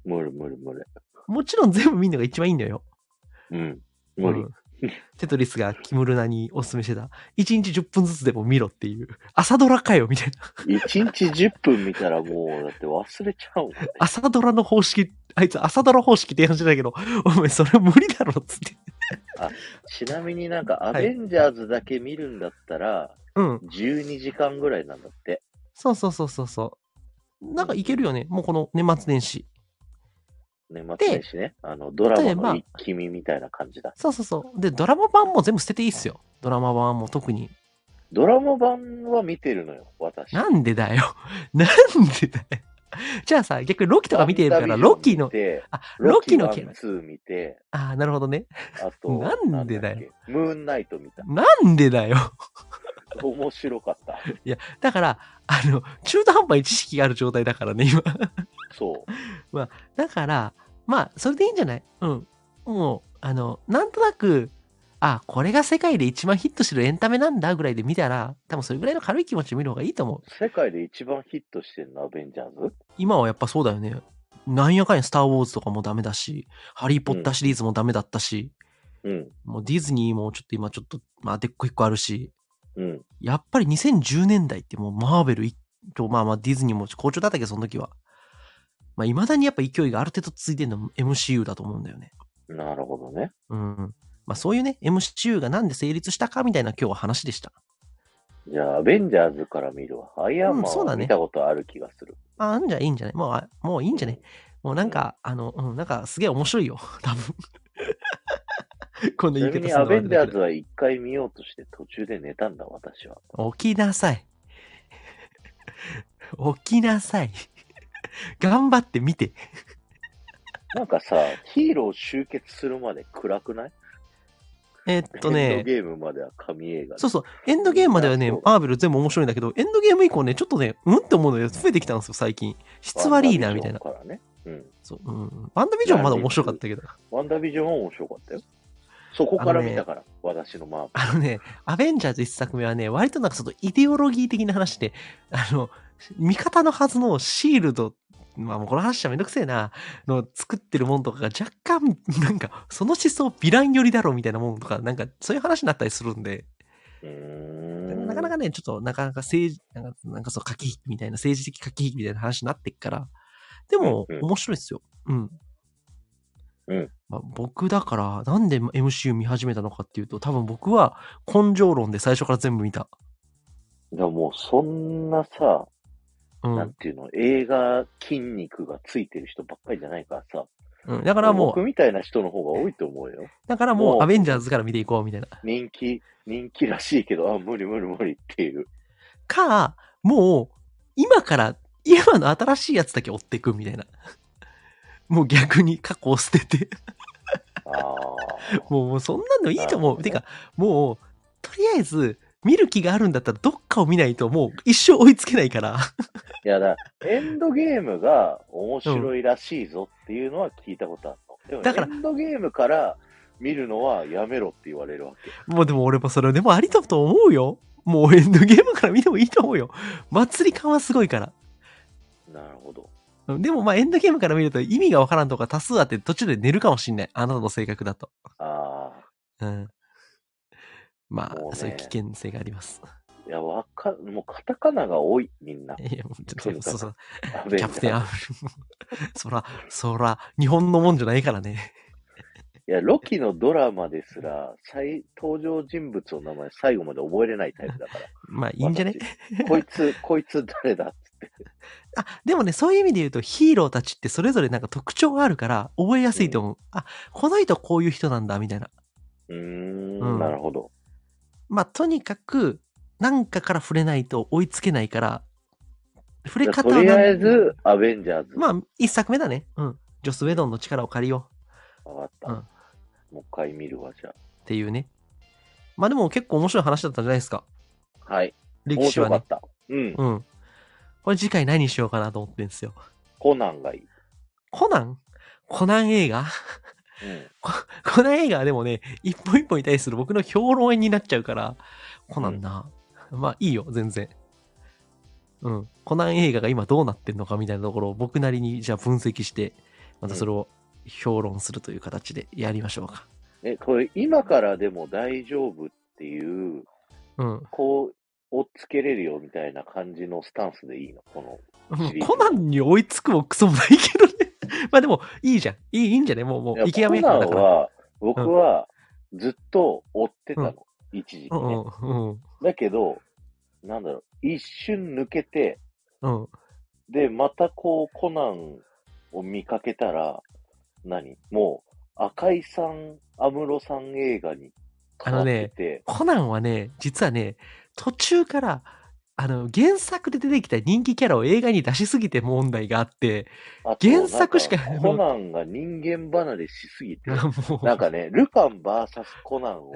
無理無理無理。
もちろん全部見るのが一番いいんだよ。
うん。無理。
うんテトリスがキムルナにおすすめしてた。1日10分ずつでも見ろっていう。朝ドラかよ、みたいな。
1日10分見たらもう、だって忘れちゃうもん。
朝ドラの方式、あいつ朝ドラ方式提案してたけど、 お前それ無理だろっつって。
ちなみになんか、ア
い
ベンジャーズだけ見るんだったら、
うん。
12時間ぐらいなんだって。
そうそうそうそうそう。なんかいけるよね。もうこの年末年始。
年末年始ね。あの、ドラ
例
マ
えば
の一気見みたいな感じだ。
そうそうそう。で、ドラマ版も全部捨てていいっすよ。ドラマ版も特に。
ドラマ版は見てるのよ、私。
なんでだよ。 なんでだよ。じゃあさ、逆にロキとか見てるから、ロキの
ワンダ、ビジョン見て
あ、
ロ
ロ
キ
キ
の
の
キ
キ
ャ
ャ
ラ。
ラ。
2見て、
あーなるほどね。
あと、
なんでだよ
なっけ。ムーンナイト見た。
なんでだよ。
面白かった。
だから、あの、中途半端に知識がある状態だからね、今。
そう。
だから、まあ、それでいいんじゃないうん。もう、あの、なんとなく、あ、これが世界で一番ヒットしてるエンタメなんだぐらいで見たら、多分それぐらいの軽い気持ちで見る方がいいと思う。
世界で一番ヒットしてるの、アベンジャーズ
今はやっぱそうだよね。なんやかんやスター・ウォーズとかもダメだし、ハリー・ポッターシリーズもダメだったし、
うん。
もうディズニーもちょっと今ちょっと、まあ、でっこ一個あるし、
うん。
やっぱり2010年代ってもうマーベル一と、まあまあディズニーも好調だったけど、その時は。まあ、未だにやっぱ勢いがある程度ついてるのも MCU だと思うんだよね。
なるほどね。
うん。まあそういうね、MCU がなんで成立したかみたいな今日は話でした。
じゃあ、アベンジャーズから見るわ。アイアンマ
うん
ン
そう
は
だね
見たことある気がする。
あ、あんじゃいいんじゃないもうあ、もういいんじゃねもうなんか、あの、うん、なんかすげえ面白いよ。 多分。こんな
ち
言
ないみ
方
に、
する
ア
のは
ベ
あ
ン
れ
ジャ
だ
ー
け
ズ
ど。
は一回見ようとして途中で寝たんだ、私は。
起きなさい。 起きなさい。 頑張って見て。
なんか さ、ヒーロー集結するまで暗くない
えっと
エンド
ね、
ゲームまでは神映画で
そうそう、エンドゲームまでは
あ
ね
そう、
マーベル全部面白いんだけど、エンドゲーム以降ね、ちょっとね、うんって思うのよ。増えてきたんですよ、最近。質悪いな、みたいな。
ワンダビジョンからね。うん。
そう、うん。バンドビジョンはまだ面白かったけど。
ワンダービジョンは面白かったよ。そこから
あのね
見たから、私のマー
あのね、アベンジャーズ一作目はね、割となんかそのイデオロギー的な話で、あの、味方のはずのシールド、まあもうこの話じゃめんどくせえな、の作ってるもんとかが若干、なんか、その思想ヴィラン寄りだろみたいなもんとか、なんかそういう話になったりするんで、
うーん。
なかなかね、ちょっと、なかなか政治、なんか、なんかそう、駆け引きみたいな、政治的駆け引きみたいな話になってっから、でも、
うんうん
面白いですよ。うん。
うん
まあ、僕だから、なんで MCU 見始めたのかっていうと、多分僕は根性論で最初から全部見た。
だからもうそんなさ、
うん。
なんていうの、映画筋肉がついてる人ばっかりじゃないからさ。
うん、だからも
僕
う、
みたいな人の方が多いと思うよ。
だからも
も
う、
う
アベンジャーズから見ていこうみたいな。
人気、人気らしいけど、あ、無理無理無理っていう。
か、もう、今から、今の新しいやつだけ追っていくみたいな。もう逆に過去を捨てて、
ああ。
もうもうそんなんでもいいと思う。てか、もう、とりあえず、見る気があるんだったらどっかを見ないともう一生追いつけないから。
いやだ、エンドゲームが面白いらしいぞっていうのは聞いたことあるの。
だ
で
から
も、エンドゲームから見るのはやめろって言われるわけ。
もうでも俺もそれでもありだと思うよ。もうエンドゲームから見てもいいと思うよ。祭り感はすごいから。
なるほど。
でもまあエンドゲームから見ると意味がわからんとか多数あって途中で寝るかもしんない。あなたの性格だと。
ああ。
うん。まあ、
もうね
そういう危険性があります。
いや、わか、もうカタカナが多い、みんな。
いや、もうちょっと、そうそう。
ア
キ
ベンジャー
ャプ
ズ
テンアブル。そら、そら、日本のもんじゃないからね。
いや、ロキのドラマですら、最、登場人物の名前最後まで覚えれないタイプだから。
まあいいんじゃね
私こいつ、こいつ誰だっつって。
あ、でもね、そういう意味で言うとヒーローたちってそれぞれなんか特徴があるから覚えやすいと思う。あ、この人こういう人なんだ、みたいな。
うーん、
うん
ん、なるほど。
まあとにかく、なんかから触れないと追いつけないから、触れ
じゃあ
方
と
は
り
なん
あえず、アベンジャーズ。
まあ一作目だね。うん。ジョス・ウェドンの力を借りよう。
わかった。
うん
もう一回見るわ、じゃ
っていうね。まあでも結構面白い話だったんじゃないですか。
あ。はい。
歴
面
史は
白か
ね
っ。た。うん。
うん。これ次回何にしようかなと思ってんですよ。
コナンがいい。
コナンコナン映画
うん。
コナン映画はでもね、一本一本に対する僕の評論になっちゃうから、コナンな。まあいいよ、全然。うん。コナン映画が今どうなってんのかみたいなところを僕なりにじゃあ分析して、またそれを評論するという形でやりましょうか。
え、これ、今からでも大丈夫っていう、
うん。
こう、追っつけれるよみたいな感じのスタンスでいいのこの、
も
シ
う
リーズ
コナンに追いつくもクソもないけどね。 まあでも、いいじゃん。いいいいんじゃねもう、もう、池上
コ
彰
ナ
だ
ン
から。
は、僕はずっと追ってたの、一時期
う
ね、
んうんうん
だけど、なんだろう、一瞬抜けて、
うん。
で、またこう、コナンを見かけたら、何もう、赤井さん、安室さん映画に変わってて、
コナンはね、実はね、途中から、あの、原作で出てきた人気キャラを映画に出しすぎて問題があって、
あと
原作しか
なんコナンが人間離れしすぎ て、
もう、
なんかね、ルパン VS コナンを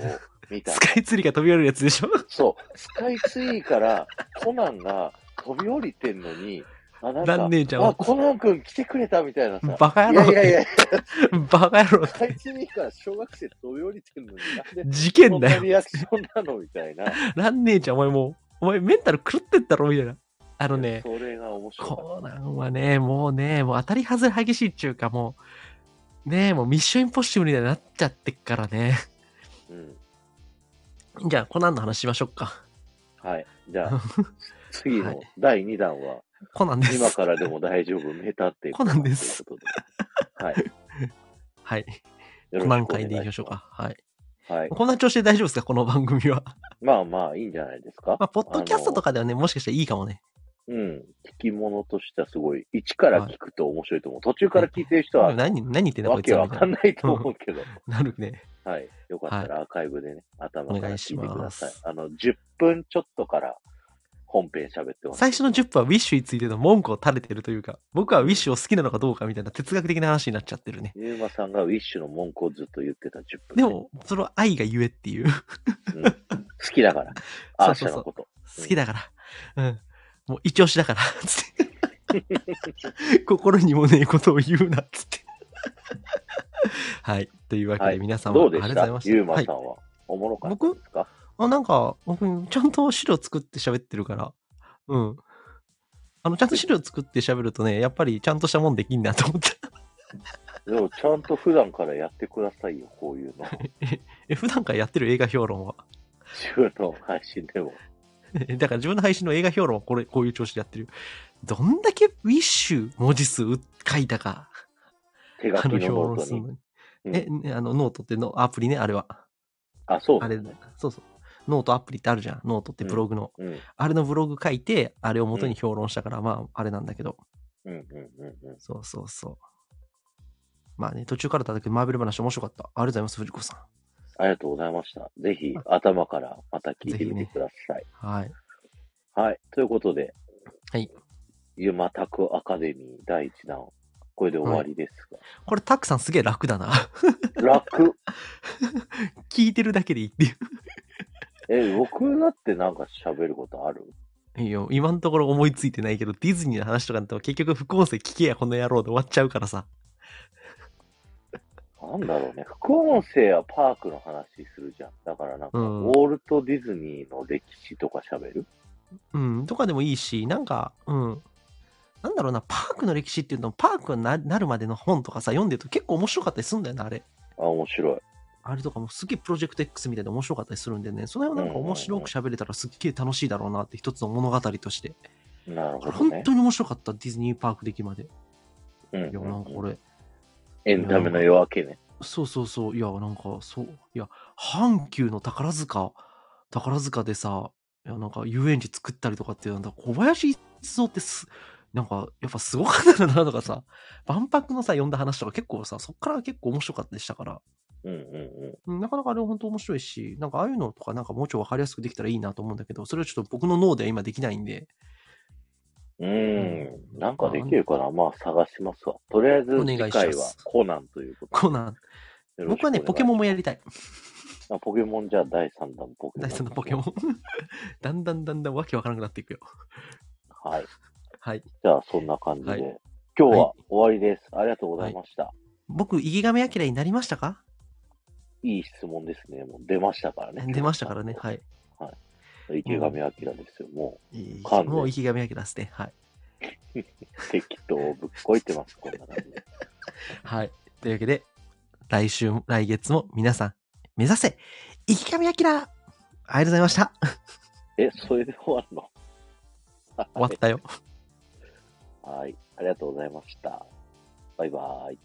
見たの
スカイツリーが飛び降りるやつでしょ
そう、スカイツリーからコナンが飛び降りてんのに、あ、なん
なんねえじゃん
あ、コナン君来てくれたみたいなさ。
バカ
い
野郎
やいやいや、
バカ野郎
スカイツリーから小学生飛び降りてんのに、なん で
事
こ
件
ん
だ
な
よ。
リアクションなのみたいな。
ランネーちゃん、お前もう、お前メンタル狂ってったろみたいな。あのね、
それが面白か
コナンはね、もうね、もう当たり外れ激しいっていうか、もう、ねもうミッションインポッシブルになっちゃってっからね。
った。うん。
じゃあ、コナンの話しましょうか。
はい。じ ゃあ、次
は
の
い
第2弾は、
コナンです。
今からでも大丈夫、 メタっていう
コナンです
ということで。はい。
はい。
よろ
コ
しくお
ナ
願
ン会でいきま
い
しょうか。はい。
す。はい。
こんな調子で大丈夫ですかこ の番組は。
まあまあ、いいんじゃないですか。
まあ、ポッドキャストと
か。
かではね、もしかしたらいいかもね。
うん。聞き物としてはすごい、一から聞くと面白いと思う。途中から聞いてる人は、
何、何言ってんだこ
わ
いつ
け
は
わ
みたい
かんないと思うけど。
な。 なるね。
はい。よかったらアーカイブでね、頭から聞いてくださ
お願い
い
し。
あの、10分ちょっとから本編喋ってます。
最初の10分はウィッシュについての文句を垂れてるというか、僕はウィッシュを好きなのかどうかみたいな哲学的な話になっちゃってるね。
ゆうまさんがウィッシュの文句をずっと言ってた10分。
で、も、その愛がゆえっていう。
うん、好きだから。アーシ
そうそうそう
ャのこと。
好きだから。うん。もう一押しだから。つって。 心にもねえことを言うな。つって。はい。というわけ
は
で
い
皆さん
どうで
あり
し
が
た
とうござい
ゆう
ま
ま
した。
さ
はい、
んは。おもろかったですか
あなんか、僕、ちゃんと資料作って喋ってるから。うん。あの、ちゃんと資料作って喋るとね、やっぱりちゃんとしたもんできんなと思った。
でも、ちゃん と普段からやってくださいよ、こういうの。
え、普段からやってる映画評論は。
自分の配信でも。
だから自分の配信の映画評論はこれ、こういう調子でやってるよ。どんだけウィッシュ文字数書いたか。
手書
あ
き
の
の
評
ノ
論
ー
す
ト
る
に。
のに。
うん
え、ねあの、ノートってのアプリね、あれは。
あ、そう
あ
な
れ
ん
だ
だ。。
そうそう。ノートアプリってあるじゃん。ノートってブログの。
うん。
あれのブログ書いて、あれを元に評論したから、まあ、あれなんだけど。
うんうんうんうん。
そうそうそう。まあね、途中からだったけど、マーベル話面白かった。ありがとうございます、藤子さ
ありがとうございました。ぜひ、頭からまた聞いてみてください。
ん。はい。
はい。ということで、
はい。
ゆまたくアカデミー第1弾、これで終わりですが。
これ、タックさんすげえ楽だな。
楽
聞いてるだけでいいっていう。
え、僕だってなんか喋ることある
いいよ、今のところ思いついてないけど、ディズニーの話とかだと結局副音声聞けや、この野郎で終わっちゃうからさ。
なんだろうね。副音声はパークの話するじゃん。だからなんか、
うん
ウォルト・ディズニーの歴史とか喋る
うん、とかでもいいし、なんか、うん。なんだろうな、パークの歴史っていうのも、パークにななるまでの本とかさ、読んでると結構面白かったりするんだよな、あれ。
あ、面白い。
あれとかもすげえプロジェクト X みたいで面白かったりするんでね、その辺はなんか面白く喋れたらすっげえ楽しいだろうなって一つの物語として。
なるほど
本
ね。
当に面白かった、ディズニーパークできまで。い
うん
や、なんかこれ、
エンタメの夜明けね。
そうそうそう、いや、なんかそう、いや、阪急の宝塚、宝塚でさ、いや、なんか遊園地作ったりとかって、なんか小林一三ってす、なんかやっぱすごかったなとかさ、万博のさ、読んだ話とか結構さ、そっから結構面白かったでしたから、
うんうんうん。
うんなかなかあれは本当面白いし、なんかああいうのとかなんかもうちょい分かりやすくできたらいいなと思うんだけど、それはちょっと僕の脳では今できないんで、
うーん、なんかできるかな、まあ探しますわ。とりあえず
お願いし
次
ます
回はコナンということ
コナン、
で。
僕はね、ポケモン
ン。
もやりたい。
あポケモンじゃあ第3弾ポケモン。
第3のポケモン。 だんだんだんだんわけわからなくなっていくよ。
ン。はい。
はい。
じゃあそんな感じで、
はい
今日は
は
終わりです。ありがとうございました。
僕、イギガメアキラになりましたか
い、い質問ですね。もう出ましたからね。
出ましたからね。はい。
池上彰ですよ。も完全
もう生きがみ明け出すね。はい。
う適当ぶっこいてます、こんな感じで。
はい。というわけで、来週も、来月も皆さん、目指せ生きがみ明けだありがとうございました。
え、それで終わるの
終わったよ。
はい。ありがとうございました。バイバーイ。